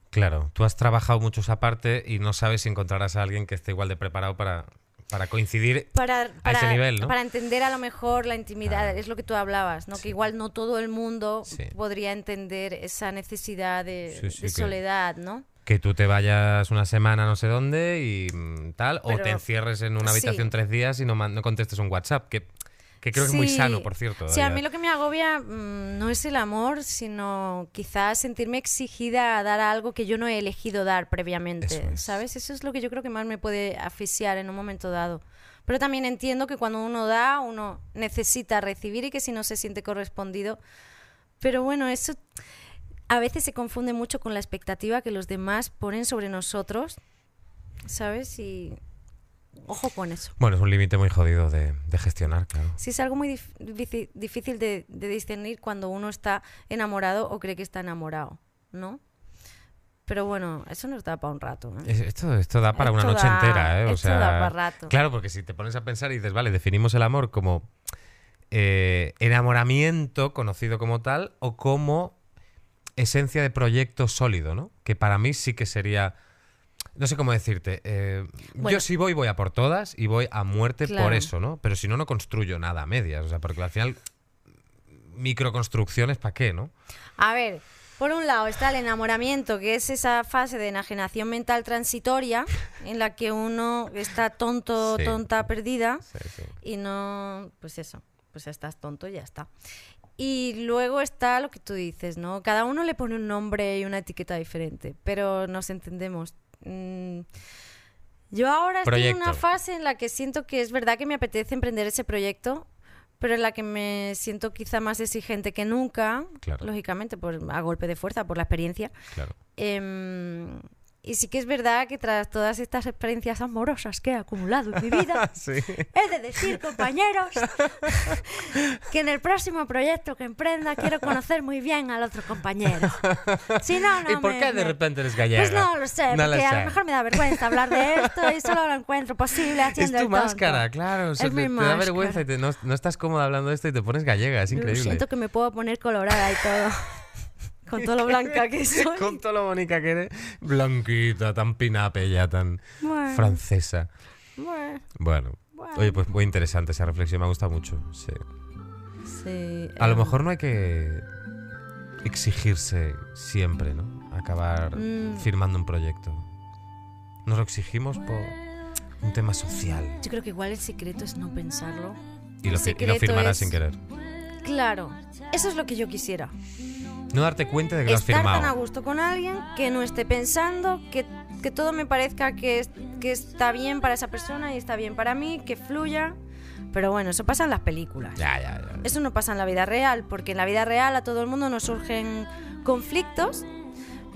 S1: Claro, tú has trabajado mucho esa parte y no sabes si encontrarás a alguien que esté igual de preparado para, para coincidir.
S3: para, para-
S1: ese nivel, ¿no?
S3: para entender a lo mejor la intimidad,
S1: Claro.
S3: es lo que tú hablabas, ¿no? Que igual no todo el mundo
S1: Sí.
S3: podría entender esa necesidad de,
S1: Sí, sí,
S3: de
S1: que-
S3: soledad, ¿no?
S1: Que tú te vayas una semana no sé dónde y mm, tal, o
S3: Pero-
S1: te encierres en una habitación
S3: sí.
S1: tres días y no, man- no contestes un WhatsApp, que, que creo que es muy
S3: Sí.
S1: sano, por cierto.
S3: Sí,
S1: ya.
S3: a mí lo que me agobia mm, no es el amor, sino quizás sentirme exigida a dar algo que yo no he elegido dar previamente,
S1: Eso es.
S3: ¿sabes? Eso es lo que yo creo que más me puede asfixiar en un momento dado. Pero también entiendo que cuando uno da, uno necesita recibir y que si no se siente correspondido. Pero bueno, eso a veces se confunde mucho con la expectativa que los demás ponen sobre nosotros, ¿sabes? Y ojo con eso.
S1: Bueno, es un límite muy jodido de, de gestionar, claro.
S3: Sí, es algo muy dif- difi- difícil de, de discernir cuando uno está enamorado o cree que está enamorado, ¿no? Pero bueno, eso nos da para un rato. ¿eh?
S1: Es- Esto, esto da para una
S3: Esto
S1: noche
S3: da-
S1: entera, ¿eh? O
S3: esto
S1: sea,
S3: da pa' rato.
S1: Claro, porque si te pones a pensar y dices, vale, definimos el amor como eh, enamoramiento conocido como tal o como esencia de proyecto sólido, ¿no? Que para mí sí que sería... No sé cómo decirte. eh,
S3: Bueno.
S1: Yo si voy, voy a por todas y voy a muerte por
S3: Claro.
S1: eso, ¿no? Pero si no, no construyo nada a medias. O sea, porque al final, microconstrucciones, ¿para qué, no?
S3: A ver, por un lado está el enamoramiento, que es esa fase de enajenación mental transitoria en la que uno está tonto,
S1: Sí.
S3: tonta, perdida
S1: Sí, sí.
S3: y no, pues eso, pues ya estás tonto y ya está. Y luego está lo que tú dices, ¿no? Cada uno le pone un nombre y una etiqueta diferente, pero nos entendemos. Mm, Yo ahora estoy en una
S1: Proyecto.
S3: fase en la que siento que es verdad que me apetece emprender ese proyecto, pero en la que me siento quizá más exigente que nunca,
S1: Claro.
S3: lógicamente, por, a golpe de fuerza, por la experiencia.
S1: Claro.
S3: Em, y sí que es verdad que tras todas estas experiencias amorosas que he acumulado en mi vida,
S1: Sí.
S3: He de decir, compañeros, que en el próximo proyecto que emprenda quiero conocer muy bien al otro compañero. Si no, no
S1: ¿Y por
S3: me-
S1: qué
S3: me-
S1: de repente eres gallega?
S3: Pues no lo sé, porque a lo mejor me da vergüenza hablar de esto y solo lo encuentro posible
S1: Es
S3: haciendo
S1: tu
S3: el tonto.
S1: máscara, claro. o sea, te,
S3: Es mi
S1: te da
S3: máscara.
S1: vergüenza y te- no, no estás cómoda hablando de esto y te pones gallega, es increíble.
S3: Siento que me puedo poner colorada y todo. Con todo lo blanca que soy.
S1: Con todo lo bonita que eres, blanquita, tan pinape ya, tan
S3: Bueno,
S1: francesa.
S3: bueno,
S1: Bueno.
S3: Bueno.
S1: Oye, pues muy interesante esa reflexión, me ha gustado mucho. sí.
S3: sí,
S1: A lo
S3: em,
S1: mejor no hay que exigirse siempre, ¿no? Acabar
S3: Mm.
S1: firmando un proyecto. Nos lo exigimos por un tema social.
S3: Yo creo que igual el secreto es no pensarlo.
S1: Y lo,
S3: El
S1: fi- y lo
S3: secreto
S1: firmarás
S3: es-
S1: sin querer.
S3: Claro, eso es lo que yo quisiera.
S1: No darte cuenta de que lo has
S3: estar
S1: firmado.
S3: tan a gusto con alguien que no esté pensando, que, que todo me parezca que, es- que está bien para esa persona y está bien para mí, que fluya. Pero bueno, eso pasa en las películas.
S1: Ya, ya, ya.
S3: Eso no pasa en la vida real, porque en la vida real a todo el mundo nos surgen conflictos,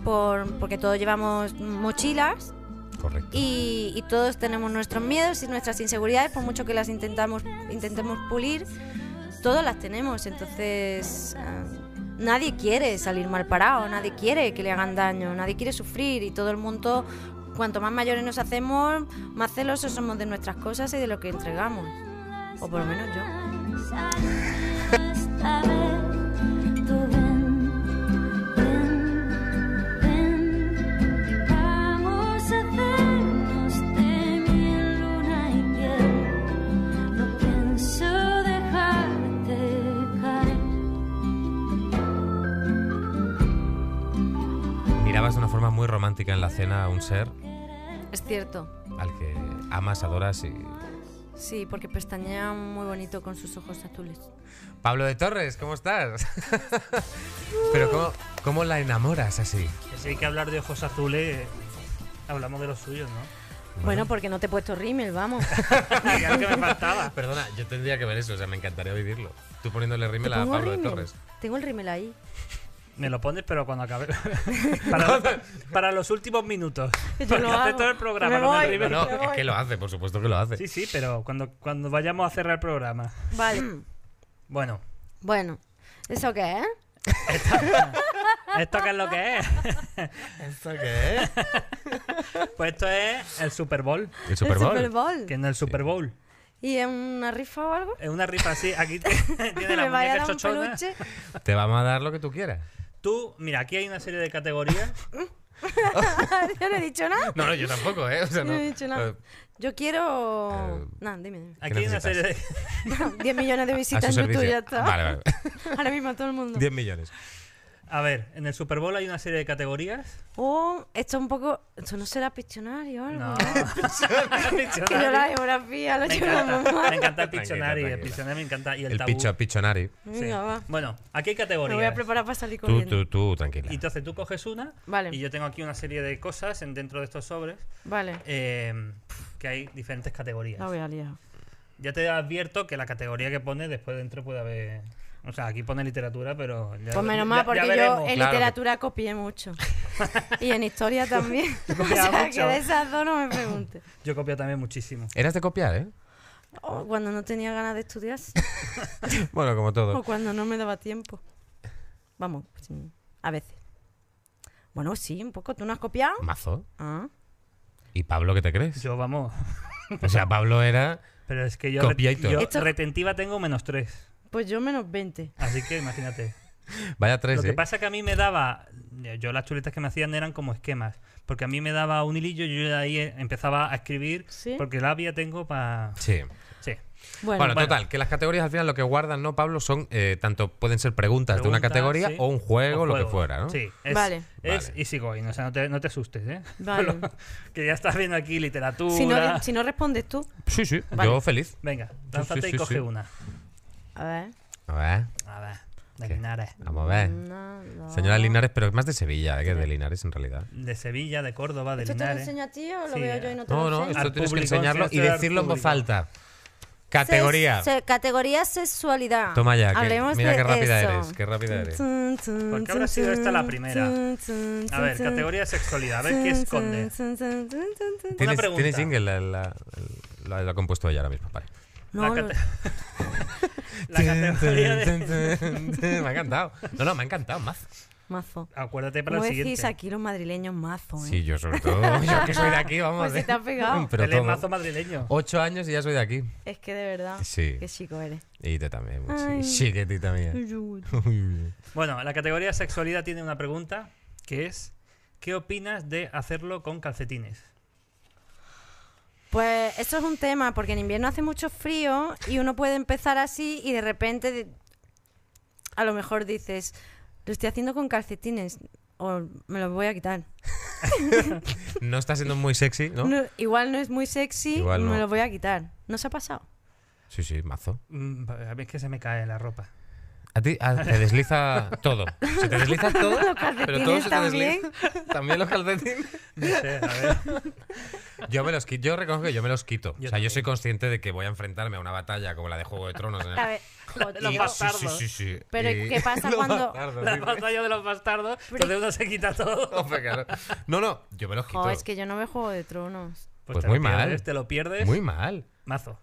S3: por, porque todos llevamos mochilas
S1: Correcto.
S3: y, y todos tenemos nuestros miedos y nuestras inseguridades, por mucho que las intentamos, intentemos pulir, todos las tenemos. Entonces, ah, nadie quiere salir mal parado, nadie quiere que le hagan daño, nadie quiere sufrir y todo el mundo, cuanto más mayores nos hacemos, más celosos somos de nuestras cosas y de lo que entregamos. O por lo menos yo.
S4: Esta vez tú ven, ven, ven, vamos a hacernos de miel, luna y piel. No pienso dejarte caer.
S1: Mirabas de una forma muy romántica en la cena a un ser
S3: Es cierto.
S1: al que amas, adoras y...
S3: Sí, porque pestañea muy bonito con sus ojos azules.
S1: Pablo de Torres, ¿cómo estás? Pero ¿cómo, cómo la enamoras así?
S2: Que si hay que hablar de ojos azules, eh, hablamos de los suyos, ¿no?
S3: Bueno, porque no te he puesto rímel, vamos.
S2: Y algo que me faltaba.
S1: Ah, Perdona, yo tendría que ver eso, o sea, me encantaría vivirlo. Tú poniéndole
S3: Te
S1: rímel a
S3: pongo
S1: Pablo de
S3: rímel.
S1: Torres.
S3: Tengo el rímel ahí.
S2: Me lo pones, pero cuando acabe. para, para los últimos minutos.
S3: Yo
S2: Porque
S3: lo
S2: hace
S3: hago.
S2: todo el programa.
S3: Me
S2: no me
S3: voy.
S2: arrimes.
S1: No, no,
S3: Me
S1: es
S3: voy.
S1: que lo hace, por supuesto que lo hace.
S2: Sí, sí, pero cuando, cuando vayamos a cerrar el programa.
S3: Vale.
S2: Bueno,
S3: bueno, ¿eso qué es? eh?
S2: ¿esto qué es lo que es?
S1: ¿Esto qué es?
S2: Pues esto es el Super Bowl.
S1: El Super Bowl.
S3: El Super Bowl.
S2: Que no es el Super Bowl.
S3: ¿Y en una rifa o algo?
S2: Es una rifa así. Aquí te- tiene la
S3: ¿Le vaya a
S2: muñeca
S3: dar un
S2: chochona.
S3: peluche?
S1: Te vamos a dar lo que tú quieras.
S2: Tú, mira, aquí hay una serie de categorías.
S3: Yo no he dicho nada.
S1: No, no, yo tampoco, ¿eh? O sea,
S3: Yo no
S1: no.
S3: he dicho nada.
S1: Eh,
S3: Yo quiero...
S1: eh,
S3: No, dime, dime.
S2: Aquí hay una
S1: necesitas?
S2: serie de.
S3: 10 millones de
S1: a su
S3: visitas en
S1: servicio. Ah,
S3: YouTube ya está.
S1: Vale, vale.
S3: Ahora mismo todo el mundo.
S1: 10 millones.
S2: A ver, en el Super Bowl hay una serie de categorías.
S3: Oh, esto un poco... Esto no será piccionario o algo.
S2: No.
S3: Que yo la geografía lo
S2: Me
S3: llevo la
S2: encanta,
S3: mamá.
S2: me encanta
S1: Tranquila,
S2: el Pictionary. El
S1: tranquila.
S2: Pictionary me encanta. Y el,
S1: El
S2: tabú.
S1: picho, pichonari.
S2: Sí.
S3: Venga, va.
S2: Bueno, aquí hay
S3: Me voy a
S2: categorías.
S3: preparar para salir
S1: Tú,
S3: corriendo.
S1: tú, tú, tranquila.
S2: Y entonces tú coges una
S3: Vale.
S2: y yo tengo aquí una serie de cosas en, dentro de estos sobres
S3: Vale.
S2: eh, que hay diferentes categorías.
S3: La voy a liar.
S2: Ya te advierto que la categoría que pones después dentro puede haber... O sea, aquí pone literatura, pero. Ya,
S3: Pues
S2: ya-
S3: menos mal,
S2: ya
S3: porque yo
S2: veremos.
S3: en
S1: Claro que-
S3: literatura copié mucho. y en historia también. o
S2: copiaba
S3: sea, que
S2: mucho.
S3: de esas dos no me preguntes.
S2: Yo copio también muchísimo.
S1: Eras de copiar, ¿eh?
S3: O cuando no tenía ganas de estudiar. sí.
S1: Bueno, como
S3: o
S1: todo.
S3: cuando no me daba tiempo. Vamos, sí, a veces. Bueno, sí, un poco. ¿Tú no has copiado?
S1: Mazo.
S3: Ah.
S1: ¿Y Pablo qué te crees?
S2: Yo, vamos.
S1: O sea, Pablo era.
S2: Pero es que yo,
S1: Copia y
S2: re-
S1: todo.
S2: yo
S3: Esto-
S2: retentiva tengo menos 3.
S3: Pues yo menos 20.
S2: Así que imagínate.
S1: Vaya tres,
S2: Lo que
S1: ¿eh?
S2: pasa que a mí me daba. eh, Yo las chuletas que me hacían eran como esquemas. Porque a mí me daba un hilillo y yo de ahí eh, empezaba a escribir.
S3: ¿Sí?
S2: Porque labia tengo para.
S1: Sí.
S2: Sí.
S3: Bueno, pues,
S1: Bueno,
S2: bueno.
S1: total, que las categorías al final lo que guardan, ¿no, Pablo? Son eh, tanto pueden ser preguntas, de una
S2: Preguntas,
S1: categoría
S2: sí.
S1: o un juego,
S2: O
S1: lo que
S2: juegos.
S1: fuera, ¿no?
S2: Sí, es,
S3: Vale.
S2: es
S1: Vale.
S2: easy going, o sea, no te, no te asustes, ¿eh?
S3: Vale.
S2: que ya estás viendo aquí literatura.
S3: si, no, si no respondes tú.
S1: Sí, sí,
S3: Vale.
S1: yo feliz.
S2: Venga, lánzate
S1: sí,
S2: y
S1: sí,
S2: coge
S1: sí.
S2: una.
S3: A ver.
S1: A ver,
S2: A ver, de
S1: ¿Qué?
S2: Linares.
S1: vamos a ver.
S3: Una, dos.
S1: Señora Linares, pero es más de Sevilla, ¿eh? que de Linares en realidad.
S2: De Sevilla, de Córdoba, de
S3: ¿Esto te lo
S2: Linares.
S3: enseño a ti o lo
S2: Sí,
S3: veo yo y no te
S1: ¿eh? No,
S3: lo
S1: no,
S3: enseño?
S1: esto
S2: Al
S1: tienes que
S2: público,
S1: enseñarlo y
S2: tienes que
S1: decirlo en voz
S2: dar al público.
S1: alta. Categoría.
S3: Ses- se- categoría sexualidad.
S1: Toma ya, que-
S3: Hablemos
S1: mira
S3: de
S1: qué rápida
S3: eso.
S1: eres, qué rápida eres.
S3: Tun,
S2: ¿Por qué
S3: tun, tun,
S2: este, habrá sido
S3: tun,
S2: esta la primera?
S3: tun, tun,
S2: A ver,
S3: tun,
S2: categoría de sexualidad, a ver qué
S3: tun,
S2: esconde.
S3: tun, tun, tun, tun, tun.
S1: Tienes,
S2: pregunta.
S1: tienes jingle, la, la- la- la ha compuesto ella ahora mismo. Vale.
S3: No,
S2: la,
S3: lo-
S2: cate- la categoría de...
S1: me ha encantado. No, no, me ha encantado, más.
S3: mazo.
S2: Acuérdate para
S3: Como
S2: el
S3: decís
S2: siguiente.
S3: aquí los madrileños mazo, ¿eh?
S1: Sí, yo sobre todo. Yo que soy de aquí, vamos.
S3: Pues
S1: eh.
S3: se te ha pegado.
S1: Pero
S2: Él es
S1: todo.
S2: mazo madrileño.
S1: Ocho años y ya soy de aquí.
S3: Es que de verdad,
S1: Sí.
S3: qué chico eres.
S1: Y tú también. pues,
S3: Ay.
S1: Sí, sí, que tú también. Muy bien.
S2: Bueno, la categoría de sexualidad tiene una pregunta que es ¿qué opinas de hacerlo con calcetines?
S3: Pues eso es un tema, porque en invierno hace mucho frío y uno puede empezar así y de repente de- a lo mejor dices, lo estoy haciendo con calcetines o me los voy a quitar.
S1: No está siendo muy sexy, ¿no?
S3: No, igual no es muy sexy,
S1: Igual no.
S3: me los voy a quitar. ¿No se ha pasado?
S1: Sí, sí, mazo.
S2: Mm, A mí es que se me cae la ropa.
S1: A ti ah, te desliza todo. Se te desliza todo. pero todo
S3: calcetines
S1: se te
S3: también.
S1: desliza. También los calcetines.
S2: No sé, a ver.
S1: Yo me los quito. Yo reconozco que yo me los quito.
S2: Yo
S1: o sea, yo
S2: también.
S1: soy consciente de que voy a enfrentarme a una batalla como la de Juego de Tronos. en el-
S3: A ver,
S2: Los
S3: joder,
S1: Y- sí, sí,
S2: bastardos.
S1: sí, sí.
S3: Pero,
S1: Y-
S3: ¿qué pasa
S1: Los
S3: cuando-
S1: bastardos,
S2: La
S1: sí.
S2: batalla de los bastardos, donde uno se quita todo.
S1: Hombre, claro. No, no, yo me los quito.
S3: jo, Oh, es que yo no veo Juego de Tronos.
S1: Pues
S2: te
S1: muy
S2: lo
S1: mal.
S2: pierdes, te lo pierdes.
S1: Muy mal.
S2: Mazo.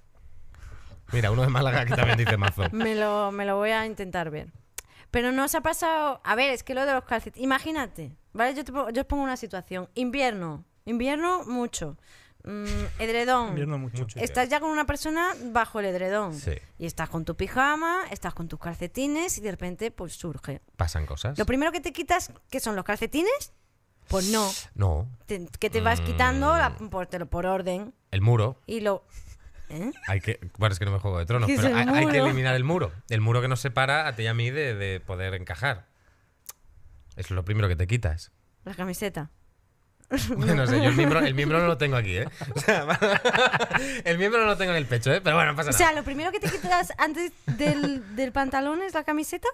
S1: Mira, uno de Málaga que también dice mazo.
S3: Me lo, me lo voy a intentar ver. Pero no se ha pasado... A ver, es que lo de los calcetines... Imagínate, ¿vale? Yo, te pongo- yo os pongo una situación. Invierno. Invierno, mucho. Mm, edredón.
S2: Pierdo mucho.
S3: Estás ya con una persona bajo el edredón.
S1: Sí.
S3: Y estás con tu pijama, estás con tus calcetines y de repente pues surge.
S1: Pasan cosas.
S3: Lo primero que te quitas, ¿qué son los calcetines? Pues no.
S1: No,
S3: Te- que te vas quitando la- por, te lo- por orden.
S1: el muro.
S3: Y lo... ¿Eh?
S1: Hay que, bueno, es que no me juego de tronos,
S3: ¿Qué es
S1: pero hay,
S3: el
S1: hay que
S3: muro?
S1: eliminar el muro. El muro que nos separa a ti y a mí de, de poder encajar. Es lo primero que te quitas.
S3: La camiseta.
S1: Bueno, no sé, yo el miembro, el miembro no lo tengo aquí, ¿eh? O sea, el miembro no lo tengo en el pecho, ¿eh? Pero bueno, no pasa
S3: O
S1: nada.
S3: sea, lo primero que te quitas antes del, del pantalón es la camiseta.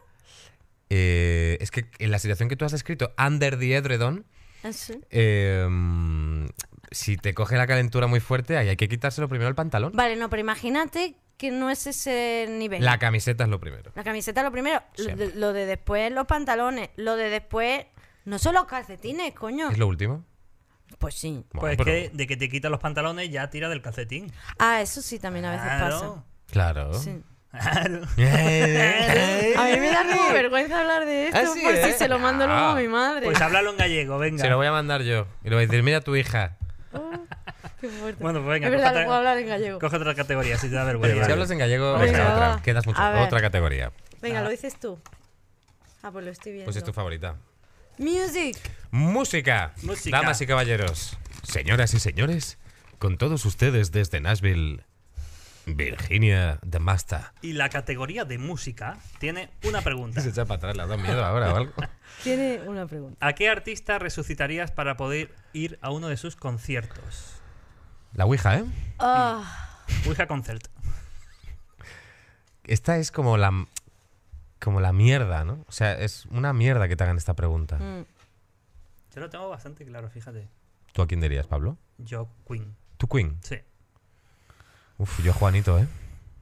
S1: Eh, es que en la situación que tú has escrito, under the edredon,
S3: Ah,
S1: eh, mm, si te coge la calentura muy fuerte, ahí hay que quitárselo primero el pantalón.
S3: Vale, no, pero imagínate que no es ese nivel.
S1: La camiseta es lo primero.
S3: La camiseta lo primero. Lo de,
S1: Siempre.
S3: lo de después los pantalones. Lo de después... No son los calcetines, coño.
S1: ¿Es lo último?
S3: Pues sí.
S2: Pues
S1: Bueno,
S2: es
S1: pero-
S2: que de que te quitas los pantalones ya tira del calcetín.
S3: Ah, eso sí también a veces pasa.
S1: Claro.
S3: Sí.
S2: Claro.
S3: A mí me da como vergüenza hablar de esto
S1: Así
S3: por si
S1: es. Ah.
S3: se lo mando luego a mi madre.
S2: Pues háblalo en gallego, venga.
S1: Se lo voy a mandar yo. Y le voy a decir, mira a tu hija.
S3: Qué fuerte.
S2: Bueno, pues venga,
S3: es verdad,
S2: cógete-
S3: lo puedo hablar en gallego.
S2: Coge otra categoría si te da vergüenza.
S1: Si hablas en gallego,
S3: Venga,
S1: venga, otra.
S3: va.
S1: Quedas mucho.
S3: A ver.
S1: Otra categoría.
S3: Venga, lo dices tú. Ah, pues lo estoy viendo.
S1: Pues es tu favorita.
S3: Music.
S1: Música.
S2: Música.
S1: Damas y caballeros. Señoras y señores, con todos ustedes desde Nashville, Virginia de Masta.
S2: Y la categoría de música tiene una pregunta.
S1: Se echa para atrás, le ha dado miedo ahora o algo.
S3: Tiene una pregunta.
S2: ¿A qué artista resucitarías para poder ir a uno de sus conciertos?
S1: La Ouija, ¿eh?
S3: Ah,
S2: Ouija Concert.
S1: Esta es como la. Como la mierda, ¿no? O sea, es una mierda que te hagan esta pregunta.
S3: mm.
S2: Yo lo tengo bastante claro, fíjate.
S1: ¿Tú a quién dirías, Pablo?
S2: Yo, Queen.
S1: ¿Tú, Queen?
S2: Sí.
S1: Uf, yo Juanito, ¿eh?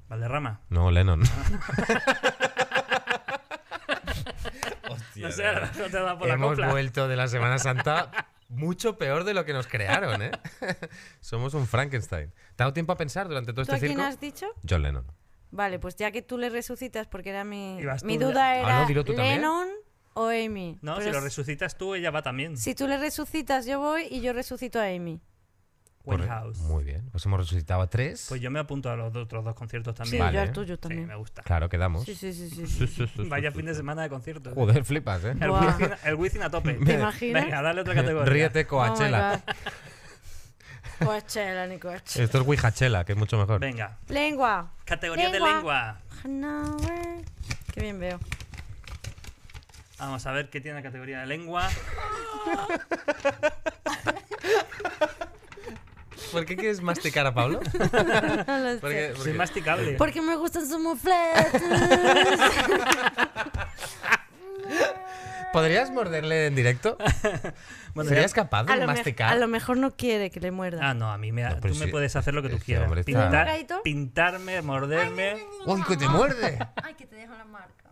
S2: Valderrama.
S1: No, Lennon. Hostia,
S2: No sé,
S1: de
S2: a
S1: verdad.
S2: lo mejor te da por la
S1: Hemos
S2: copla.
S1: vuelto de la Semana Santa mucho peor de lo que nos crearon, ¿eh? Somos un Frankenstein. ¿Te ha dado tiempo a pensar durante todo
S3: ¿Tú
S1: este
S3: a quién
S1: circo?
S3: has dicho?
S1: John Lennon.
S3: Vale, pues ya que tú le resucitas, porque era mi,
S2: Y vas
S3: mi
S2: tú,
S3: duda
S1: ya. Ah,
S3: era
S1: no, dilo tú también.
S3: Lennon o Amy.
S2: No,
S3: Pero
S2: si lo
S3: s-
S2: resucitas tú, ella va también.
S3: si tú le resucitas, yo voy y yo resucito a Amy.
S2: Winehouse.
S1: Correcto. Muy bien. Pues hemos resucitado a tres.
S2: Pues yo me apunto a los do- otros dos conciertos
S3: Sí,
S2: también.
S1: Vale.
S3: yo al tuyo
S2: Sí,
S3: también.
S2: me gusta.
S1: Claro, quedamos.
S3: Sí, sí, sí, sí.
S1: Sí, sí, sí, sí,
S2: Vaya
S1: sí,
S2: fin
S1: sí.
S2: de semana de conciertos.
S1: Joder, flipas, ¿eh?
S2: El
S3: Buah.
S2: Wizzing- El Wizzing a tope.
S3: ¿Te imaginas?
S2: Venga, dale otra categoría.
S1: Ríete, Coachella.
S3: Oh my God. Coachella, ni Coachella.
S1: Esto es Wijachela, que es mucho mejor.
S2: Venga.
S3: Lengua.
S2: Categoría de
S3: Lengua.
S2: lengua.
S3: Hanauer. Qué bien veo.
S2: Vamos a ver qué tiene la categoría de lengua.
S1: ¿Por qué quieres masticar a Pablo?
S3: No lo sé.
S1: Porque-
S2: Soy masticable.
S3: Porque me gustan sus mufletes.
S1: ¿Podrías morderle en directo?
S2: Bueno,
S1: ¿Serías
S2: ya-
S1: capaz
S3: a,
S1: de
S3: lo me-
S1: masticar?
S3: a lo mejor no quiere que le muerda.
S2: Ah, no, a mí me.
S1: No,
S2: tú
S1: pero
S2: me
S1: sí.
S2: puedes hacer lo que tú
S1: Este
S2: quieras.
S1: hombre está-
S2: Pintar-
S3: ¿Un bocadito?
S2: pintarme, morderme.
S1: ¡Uy, que te muerde!
S3: Ay, que te dejo la marca.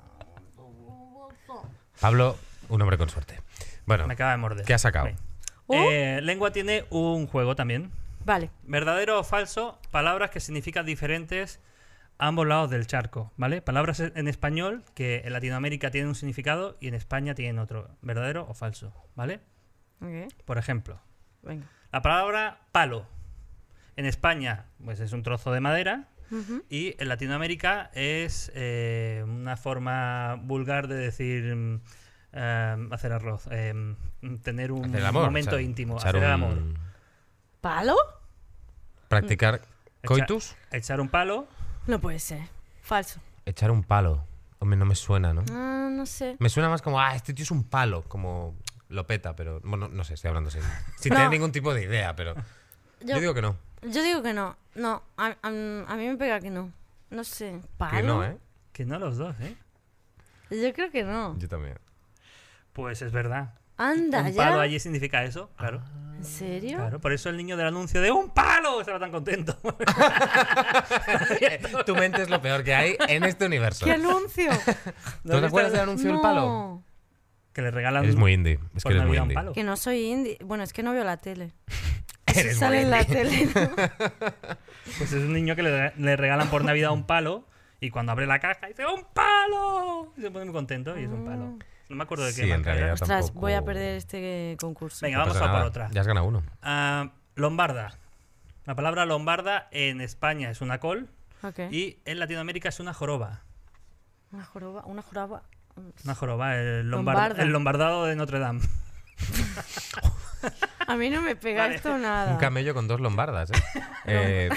S1: Pablo, un hombre con suerte. Bueno,
S2: Me acaba de morder.
S1: ¿qué has sacado?
S2: Venga.
S3: Uh.
S2: Eh, lengua tiene un juego también.
S3: Vale.
S2: Verdadero o falso, palabras que significan diferentes a ambos lados del charco, ¿vale? Palabras en español que en Latinoamérica tienen un significado y en España tienen otro. Verdadero o falso, ¿vale?
S3: Ok,
S2: Por ejemplo,
S3: Venga.
S2: la palabra palo. En España, pues es un trozo de madera. Y en Latinoamérica es eh, una forma vulgar de decir mm, eh, hacer arroz, eh, mm, tener un
S1: Hacer el amor,
S2: momento
S1: echar-
S2: íntimo,
S1: echar
S2: hacer el
S1: un-
S2: amor,
S3: ¿Palo?
S1: Practicar coitus,
S2: echar un palo.
S3: No puede ser. Falso.
S1: echar un palo. Hombre, no me suena, ¿no?
S3: Ah, no sé.
S1: Me suena más como, ah, este tío es un palo, como lo peta, pero bueno, no sé, estoy hablando sin, sin
S3: No.
S1: tener ningún tipo de idea, pero Mm, yo, digo que no.
S3: Yo digo que no. No, a, a- a mí me pega que no. No sé. ¿Palo?
S1: Que no, ¿eh?
S2: Que no los dos, ¿eh?
S3: Yo creo que no.
S1: Yo también.
S2: Pues es verdad.
S3: Anda,
S2: un
S3: ya.
S2: palo allí significa eso, claro.
S1: Ah.
S3: ¿En serio?
S2: Claro, por eso el niño del anuncio de un palo estaba tan contento.
S1: tu mente es lo peor que hay en este universo.
S3: ¡Qué anuncio!
S1: ¿Tú te acuerdas del anuncio del palo?
S3: No,
S2: Que le regalan
S1: Eres muy indie. Es que
S2: por
S1: eres muy
S2: Navidad un
S1: indie.
S2: palo.
S3: Que no soy indie. Bueno, es que no veo la tele.
S1: Eres
S3: Eso sale
S1: muy
S3: en la
S1: indie.
S3: tele. ¿no?
S2: Pues es un niño que le, le regalan por Navidad un palo y cuando abre la caja dice ¡Un palo! Y se pone muy contento y es un palo.
S3: Ah.
S2: No me acuerdo de qué
S1: Sí, en
S2: marca era.
S1: realidad.
S3: Ostras,
S1: tampoco-
S3: voy a perder este concurso.
S2: Venga,
S1: No
S2: vamos
S1: pasa
S2: a por
S1: nada,
S2: otra.
S1: Ya has ganado uno.
S2: Ah, lombarda. La palabra lombarda en España es una col
S3: Ok.
S2: y en Latinoamérica es una joroba.
S3: Una joroba, una joroba.
S2: Una joroba, el, lombar-
S3: Lombarda.
S2: el lombardado de Notre Dame.
S3: A mí no me pega
S2: Vale.
S3: esto nada.
S1: Un camello con dos lombardas, ¿eh? Eh,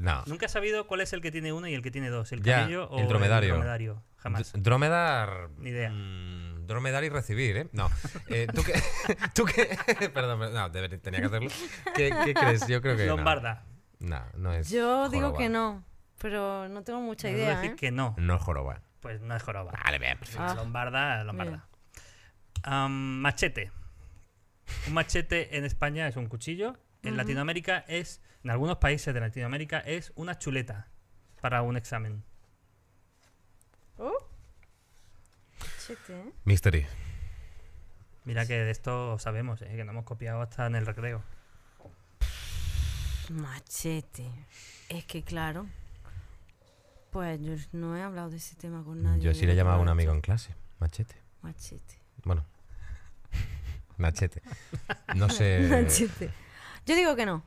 S1: no.
S2: Nunca he sabido cuál es el que tiene uno y el que tiene dos, el
S1: Ya,
S2: camello o
S1: el dromedario.
S2: dromedario. Jamás.
S1: D- Dromedar.
S2: Ni idea.
S1: mm, dromedar y recibir, ¿eh? No. Eh, ¿Tú qué? ¿Tú qué? Perdón, pero- no, debería- tenía que hacerlo. ¿Qué, qué crees? Yo creo que. no.
S2: Lombarda.
S1: No, no es.
S3: Yo digo
S1: joroba.
S3: que no, pero no tengo mucha
S2: Quiero
S3: idea.
S2: decir
S3: ¿eh?
S2: que no.
S1: No es joroba.
S2: Pues no es joroba.
S1: Vale, bien, perfecto.
S3: Ah.
S2: Lombarda, lombarda. Am, machete. Un machete en España es un cuchillo. En Latinoamérica es, en algunos países de Latinoamérica es una chuleta para un examen.
S3: Oh. Chete, ¿eh?
S1: Mystery.
S2: Mira que de esto sabemos, ¿eh? que no hemos copiado hasta en el recreo.
S3: Machete. Es que claro. Pues yo no he hablado de ese tema con nadie.
S1: Mm, Yo sí
S3: de
S1: le llamaba a un
S3: verdad.
S1: amigo en clase. Machete.
S3: Machete.
S1: Bueno. Nachete. No sé.
S3: Machete. Yo digo que no.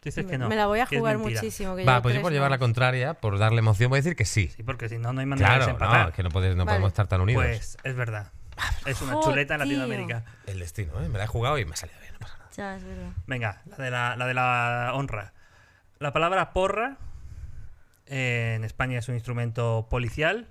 S2: Tú dices que
S3: Me-
S2: no.
S3: Me la voy a
S2: que es
S3: jugar
S2: mentira.
S3: muchísimo. Que
S1: Va,
S3: llevo
S1: pues yo por
S3: tres
S1: llevar la
S3: manos.
S1: contraria, por darle emoción, voy a decir que sí.
S2: Sí, porque si no, no hay manera de
S1: Claro,
S2: desempatar.
S1: no, es que no, puedes- no
S3: Vale.
S1: podemos estar tan unidos.
S2: Pues es verdad. Es una
S3: Joder,
S2: chuleta en
S3: tío.
S2: Latinoamérica.
S1: El destino, ¿eh? Me la he jugado y me ha salido bien. no pasa nada.
S3: Ya, es verdad.
S2: Venga, la de la, la de la honra. La palabra porra eh, en España es un instrumento policial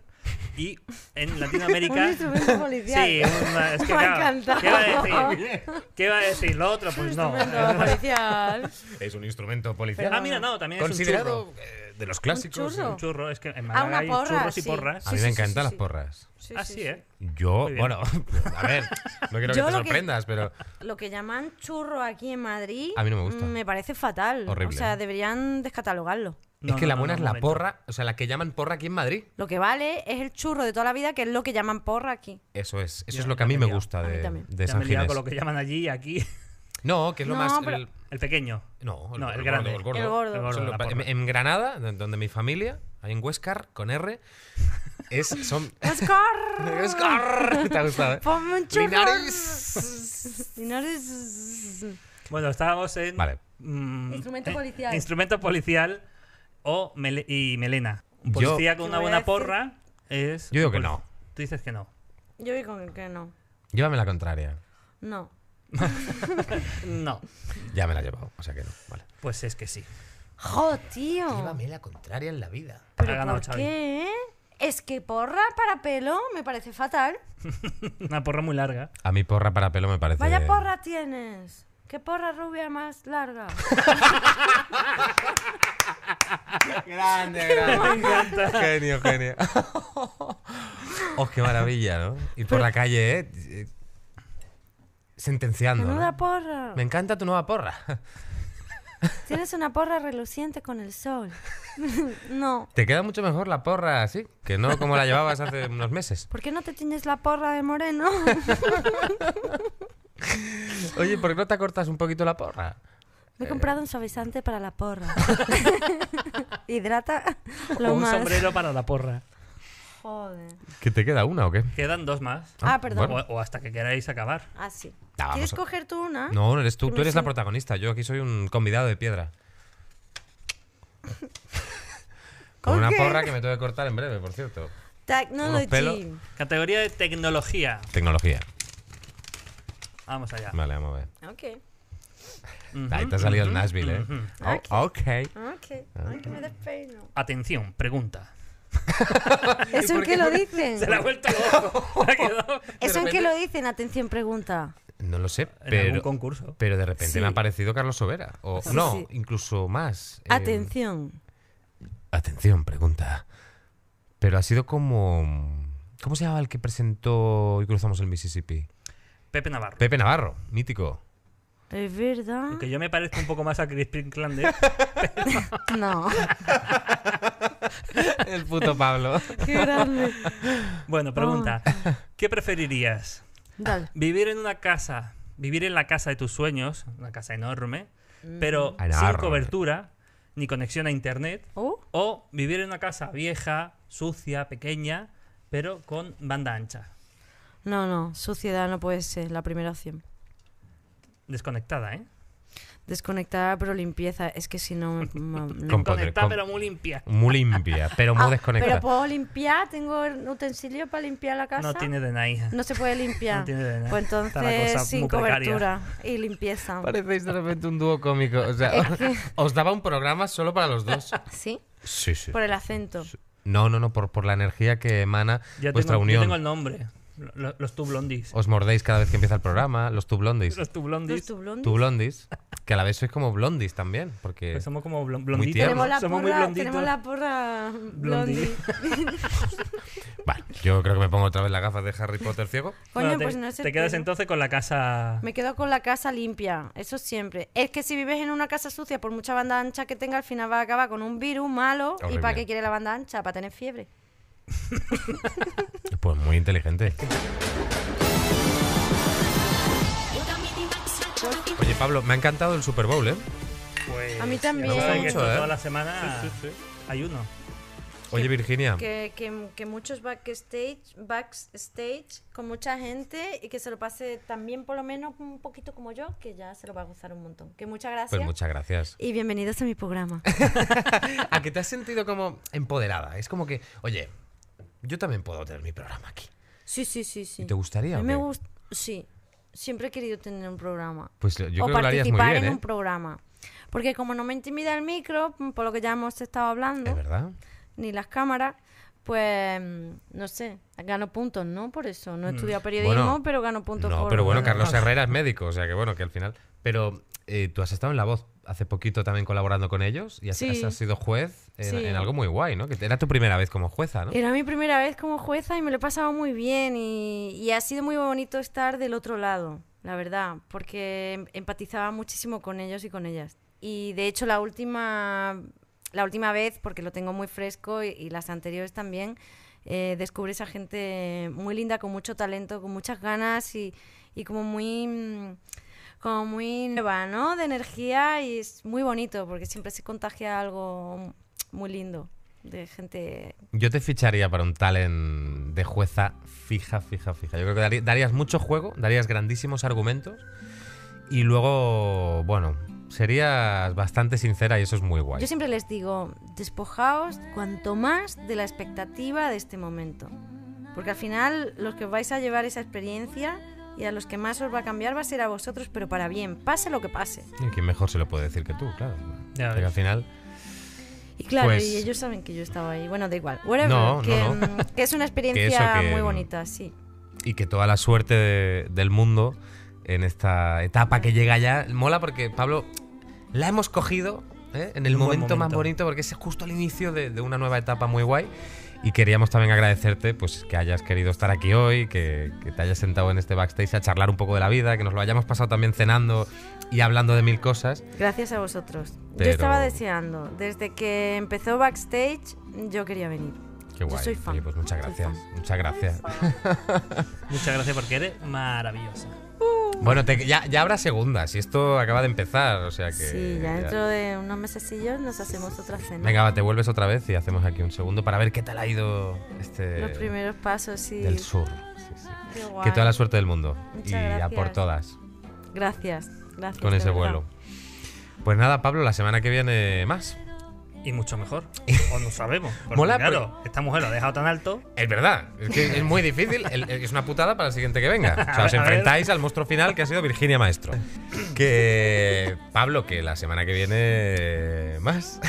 S2: y en
S3: Un
S2: Latinoamérica.
S3: instrumento policial.
S2: Sí, una- es que
S3: Me ha
S2: claro,
S3: encantado.
S2: ¿qué va a decir? ¿Qué va a decir? Lo otro, pues no.
S3: Instrumento policial.
S1: Es un instrumento policial.
S2: Ah, mira, no, también es un
S1: Considerado
S2: churro.
S1: eh, de los clásicos.
S3: churro.
S1: ¿eh?
S2: Un churro, es que en
S3: Ah,
S2: Málaga
S3: una
S2: hay
S3: porra,
S2: churros y
S3: sí.
S2: porras.
S1: A
S2: Ah, ¿eh?
S3: Sí,
S1: mí
S3: sí,
S1: me
S3: sí,
S1: encantan
S3: sí,
S1: las
S3: sí.
S1: porras.
S3: Sí,
S2: Así
S3: sí, sí.
S2: es.
S1: Yo,
S2: Muy bien.
S1: bueno, a ver, no quiero que
S3: Yo
S1: te
S3: lo que-
S1: sorprendas, pero
S3: Lo que llaman churro aquí en Madrid.
S1: A mí no me gusta.
S3: mm, Me parece fatal.
S1: Horrible.
S3: O sea, deberían descatalogarlo.
S1: es que la buena es la
S2: momento.
S1: porra, o sea, la que llaman porra aquí en Madrid.
S3: Lo que vale es el churro de toda la vida, que es lo que llaman porra aquí.
S1: Eso es, eso
S2: Ya,
S1: es lo que a
S2: ya
S1: mí
S2: me
S1: me
S2: he liado.
S1: gusta
S3: A mí
S1: de,
S3: también.
S1: de
S2: Ya me
S1: San
S2: he liado
S1: Ginés.
S2: con lo que llaman allí y aquí.
S1: No, que es lo
S3: No,
S1: más.
S3: pero-
S1: el-
S2: El pequeño.
S1: No, el,
S2: No,
S1: el gordo,
S2: el grande.
S1: el gordo.
S3: El gordo.
S2: El gordo,
S1: Son lo-
S2: la porra.
S1: en, en Granada, don- donde mi familia, ahí en Huescar, con R, es, son...
S3: ¡Pues ¡Oscar!
S1: ¡Huescar! Te ha gustado, ¿eh?
S3: ¡Ponme un churro!
S1: Linares.
S3: Linares.
S2: Bueno, estábamos en.
S1: Vale.
S2: mm,
S3: Instrumento
S2: eh,
S3: policial.
S2: instrumento policial o mele- y melena. Un
S1: Yo-
S2: policía con
S3: Yo
S2: una
S3: voy a
S2: buena
S3: decir-
S2: porra es.
S1: Yo digo
S2: un
S1: que
S2: poli-
S1: no.
S2: Tú dices que no.
S3: Yo voy con el que no.
S1: Llévame la contraria.
S3: No.
S2: No.
S1: Ya me la he llevado, o sea que no, vale.
S2: Pues es que sí.
S3: ¡Jo, tío!
S1: la contraria en la vida.
S2: Ha
S3: ¿Pero
S2: ganado
S3: por
S2: Xavi.
S3: qué? eh? Es que porra para pelo me parece fatal.
S2: Una porra muy larga.
S1: A mí porra para pelo me parece...
S3: Vaya porra tienes. ¿Qué porra rubia más larga?
S1: Grande, grande.
S2: Me encanta.
S1: Genio, genio. oh, qué maravilla, ¿no? Ir por la calle, ¿eh? Eh, Sentenciando. ¿no?
S3: Menuda porra.
S1: Me encanta tu nueva porra.
S3: Tienes una porra reluciente con el sol. no.
S1: Te queda mucho mejor la porra así, que no como la llevabas hace unos meses.
S3: ¿Por qué no te tienes la porra de moreno?
S1: Oye, ¿por qué no te cortas un poquito la porra?
S3: Me he comprado un suavizante para la porra. Hidrata lo
S2: O un
S3: más.
S2: sombrero para la porra.
S3: Joder.
S1: ¿Que te queda una o qué?
S2: Quedan dos más.
S3: Ah, perdón.
S1: bueno.
S2: O, o hasta que queráis acabar.
S3: Así.
S1: Ah, vamos
S3: ¿Quieres
S1: a-
S3: coger tú una?
S1: No, no eres tú,
S3: Que
S1: tú
S3: me
S1: eres la
S3: siento-
S1: protagonista. Yo aquí soy un convidado de piedra. Con una
S3: Ok.
S1: porra que me tengo que cortar en breve, por cierto. Unos pelos.
S3: Technology.
S2: Categoría de tecnología.
S1: Tecnología.
S2: Vamos allá.
S1: Vale, vamos a ver.
S3: Ok.
S1: Ahí te ha salido el Nashville, ¿eh? Oh, ok.
S3: Ok. Ay, que me despeino.
S2: Atención, pregunta.
S3: ¿Eso en qué lo dicen?
S2: Se la ha vuelto loco. Ha quedado
S3: ¿Eso en qué lo dicen? Atención, pregunta.
S1: No lo sé,
S2: en
S1: pero,
S2: algún concurso.
S1: pero de repente
S3: Sí.
S1: me ha parecido Carlos Sobera. O,
S3: Sí,
S1: no,
S3: sí.
S1: incluso más. eh,
S3: Atención.
S1: atención, pregunta. Pero ha sido como... ¿Cómo se llamaba el que presentó y cruzamos el Mississippi?
S2: Pepe Navarro.
S1: Pepe Navarro, mítico.
S3: ¿Es verdad?
S2: Que yo me parezco un poco más a Crispin Clande.
S3: No.
S1: El puto Pablo.
S3: Qué grande.
S2: Bueno, pregunta.
S3: Ah.
S2: ¿Qué preferirías?
S3: Dale.
S2: ¿Vivir en una casa, vivir en la casa de tus sueños, una casa enorme,
S3: Mm.
S2: pero sin
S1: Enorme.
S2: cobertura, ni conexión a internet?
S3: Oh.
S2: ¿O vivir en una casa vieja, sucia, pequeña, pero con banda ancha?
S3: No, no. Suciedad no puede ser la primera opción.
S2: Desconectada, ¿eh?
S3: Desconectada, pero limpieza. Es que si no. me- ma- no.
S1: Con- Podre-
S2: Conectada, pero muy limpia.
S1: Muy limpia, pero muy
S3: Ah,
S1: desconectada.
S3: Pero puedo limpiar. Tengo utensilio para limpiar la casa.
S2: No tiene DNI.
S3: No se puede limpiar.
S2: No tiene DNI.
S3: Pues
S2: Está la
S3: entonces
S2: cosa
S3: sin
S2: muy precaria.
S3: cobertura y limpieza.
S1: Parecéis de repente un dúo cómico. O sea, os daba un programa solo para los dos.
S3: ¿Sí?
S1: Sí, sí.
S3: Por el acento.
S1: No, no, no, por, por la energía que emana
S2: Ya
S1: vuestra
S2: tengo, yo
S1: unión. Oh,
S2: tengo el nombre. Lo- lo- Los Two Blondies.
S1: Os mordéis cada vez que empieza el programa, los tu blondis.
S2: Los Two
S3: ¿No es
S2: Blondies.
S3: tu blondie?
S1: Tu blondis, que a la vez sois como blondis también, porque...
S2: Pues somos como blon-
S1: Muy
S2: blonditos.
S1: tiernos.
S3: Tenemos la,
S2: somos muy
S3: porra,
S2: blonditos.
S3: tenemos la porra blondie.
S2: Blondie.
S1: Vale, yo creo que me pongo otra vez las gafas de Harry Potter ciego.
S3: Coño,
S2: Bueno, te,
S3: pues no es el
S2: te quedas
S3: pelo.
S2: entonces con la casa.
S3: Me quedo con la casa limpia, eso siempre. Es que si vives en una casa sucia, por mucha banda ancha que tenga, al final va a acabar con un virus malo. ¿Y
S1: Horrible.
S3: para qué quiere la banda ancha? Para tener fiebre.
S1: Pues muy inteligente. Oye, Pablo, me ha encantado el Super Bowl, ¿eh?
S2: Pues,
S3: A mí
S2: ya sabes
S3: también.
S2: que
S1: Mucho,
S2: esto
S1: ¿eh?
S2: Toda la semana hay uno.
S1: Oye, Virginia.
S3: Que, que, que muchos backstage, backstage con mucha gente y que se lo pase también, por lo menos, un poquito como yo, que ya se lo va a gozar un montón. Que muchas gracias.
S1: Pues muchas gracias.
S3: Y bienvenidos a mi programa.
S1: A que te has sentido como empoderada. Es como que, oye, yo también puedo tener mi programa aquí.
S3: Sí, sí, sí, sí.
S1: ¿Y te gustaría
S3: A
S1: o
S3: mí me
S1: qué?
S3: gusta. Sí, siempre he querido tener un programa.
S1: Pues yo creo
S3: o
S1: que lo harías muy
S3: participar
S1: bien,
S3: en
S1: ¿eh?
S3: un programa. Porque como no me intimida el micro, mm, por lo que ya hemos estado hablando,
S1: ¿Es verdad?
S3: ni las cámaras, pues mm, no sé, gano puntos, ¿no? Por eso, no he estudiado periodismo,
S1: Bueno,
S3: pero gano puntos
S1: No,
S3: por...
S1: pero bueno, Carlos Herrera es médico, o sea que bueno, que al final... Pero eh, tú has estado en La Voz. hace poquito también colaborando con ellos y has,
S3: Sí.
S1: has sido juez en,
S3: Sí.
S1: en algo muy guay, ¿no? Que era tu primera vez como jueza, ¿no?
S3: Era mi primera vez como jueza y me lo he pasado muy bien y, y ha sido muy bonito estar del otro lado, la verdad, porque em- empatizaba muchísimo con ellos y con ellas. Y de hecho la última, la última vez, porque lo tengo muy fresco y, y las anteriores también, eh, descubres a gente muy linda, con mucho talento, con muchas ganas y, y como muy... mm, Como muy nueva, ¿no? De energía y es muy bonito porque siempre se contagia algo muy lindo de gente
S1: Yo te ficharía para un talent de jueza fija, fija, fija. Yo creo que darí- darías mucho juego, darías grandísimos argumentos y luego, bueno, serías bastante sincera y eso es muy guay.
S3: Yo siempre les digo, despojaos cuanto más de la expectativa de este momento. Porque al final los que os vais a llevar esa experiencia y a los que más os va a cambiar va a ser a vosotros, pero para bien, pase lo que pase.
S1: Y quién mejor se lo puede decir que tú, claro.
S2: Ya
S1: Porque
S2: ves.
S1: al final,
S3: Y claro,
S1: Pues-
S3: y ellos saben que yo estaba ahí. Bueno, da igual. Whatever,
S1: No, no,
S3: que,
S1: no.
S3: mm, que es una experiencia
S1: que,
S3: muy
S1: mm,
S3: bonita, sí.
S1: y que toda la suerte de- del mundo en esta etapa que llega ya, mola porque Pablo, la hemos cogido ¿eh? en el
S2: Un buen
S1: momento, más
S2: momento.
S1: bonito porque es justo el inicio de, de una nueva etapa muy guay. Y queríamos también agradecerte pues, que hayas querido estar aquí hoy, que, que te hayas sentado en este backstage a charlar un poco de la vida, que nos lo hayamos pasado también cenando y hablando de mil cosas.
S3: Gracias a vosotros.
S1: Pero-
S3: Yo estaba deseando, desde que empezó backstage, yo quería venir.
S1: Qué
S3: Yo
S1: guay.
S3: soy fan,
S1: Oye, pues muchas
S3: soy
S1: gracias. Muchas gracias.
S2: Muchas gracias porque eres maravillosa.
S1: Bueno, te- ya, ya habrá segundas y esto acaba de empezar, o sea que...
S3: sí,
S1: ya-
S3: ya dentro de unos mesecillos nos hacemos otra cena.
S1: Venga, va, te vuelves otra vez y hacemos aquí un segundo para ver qué tal ha ido este...
S3: Los primeros pasos, sí.
S1: Del sur. Sí, sí.
S3: Qué
S1: Que
S3: guay.
S1: toda la suerte del mundo.
S3: Muchas
S1: y a por
S3: gracias.
S1: todas
S3: Gracias, gracias.
S1: con
S3: de
S1: ese
S3: verdad.
S1: vuelo. Pues nada, Pablo, la semana que viene más.
S2: Y mucho mejor. O no sabemos. Porque,
S1: Mola,
S2: claro, esta mujer lo ha dejado tan alto.
S1: Es verdad, es que es muy difícil, el- el- es una putada para el siguiente que venga. O sea,
S2: A ver,
S1: os
S2: a ver.
S1: enfrentáis al monstruo final que ha sido Virginia Maestro. Que Pablo, que la semana que viene más.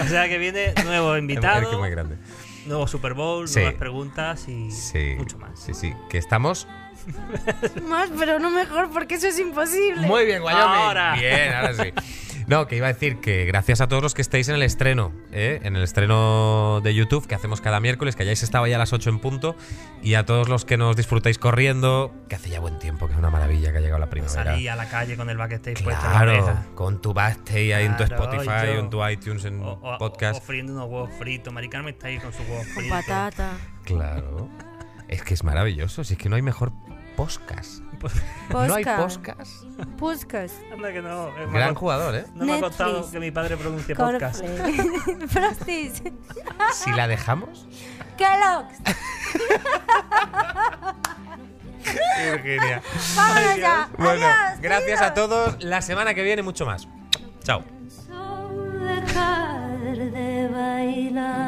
S2: O sea que viene nuevo
S1: Es que
S2: invitado,
S1: muy grande.
S2: nuevo Super Bowl,
S1: Sí.
S2: nuevas preguntas y
S1: Sí.
S2: mucho más.
S1: Sí, sí, que estamos
S3: Más, pero no mejor, porque eso es imposible.
S1: Muy bien, Wyoming.
S2: Ahora.
S1: Bien, ahora sí. No, que iba a decir que gracias a todos los que estéis en el estreno, ¿eh? en el estreno de YouTube que hacemos cada miércoles, que hayáis estado ya a las 8 en punto, y a todos los que nos disfrutáis corriendo, que hace ya buen tiempo, que es una maravilla que ha llegado la primavera.
S2: Salí a la calle con el backstage Pues puesto en la
S1: Claro,
S2: oreja.
S1: con tu backstage ahí en tu
S2: Claro, y
S1: Spotify,
S2: yo-
S1: en tu iTunes, en
S2: O, o-
S1: podcast.
S2: o friendo unos huevos fritos. Maricarmen está ahí con sus huevos
S3: Con
S2: fritos.
S3: patata.
S1: Claro. Es que es maravilloso, si es que no hay mejor podcast. No hay podcast.
S3: Puscas.
S2: Anda que no. eh, me ha
S1: Gran
S2: cost-
S1: jugador, ¿eh?
S2: No me ha costado
S3: Netflix.
S2: que mi padre pronuncie podcast.
S3: Cornflakes. Frosties.
S1: Si la dejamos...
S3: Kellogg's.
S1: Virginia.
S3: Vámonos ya.
S1: Bueno,
S3: Adiós,
S1: gracias a
S3: queridos.
S1: todos. La semana que viene mucho más. Chao.
S4: So dejar de bailar.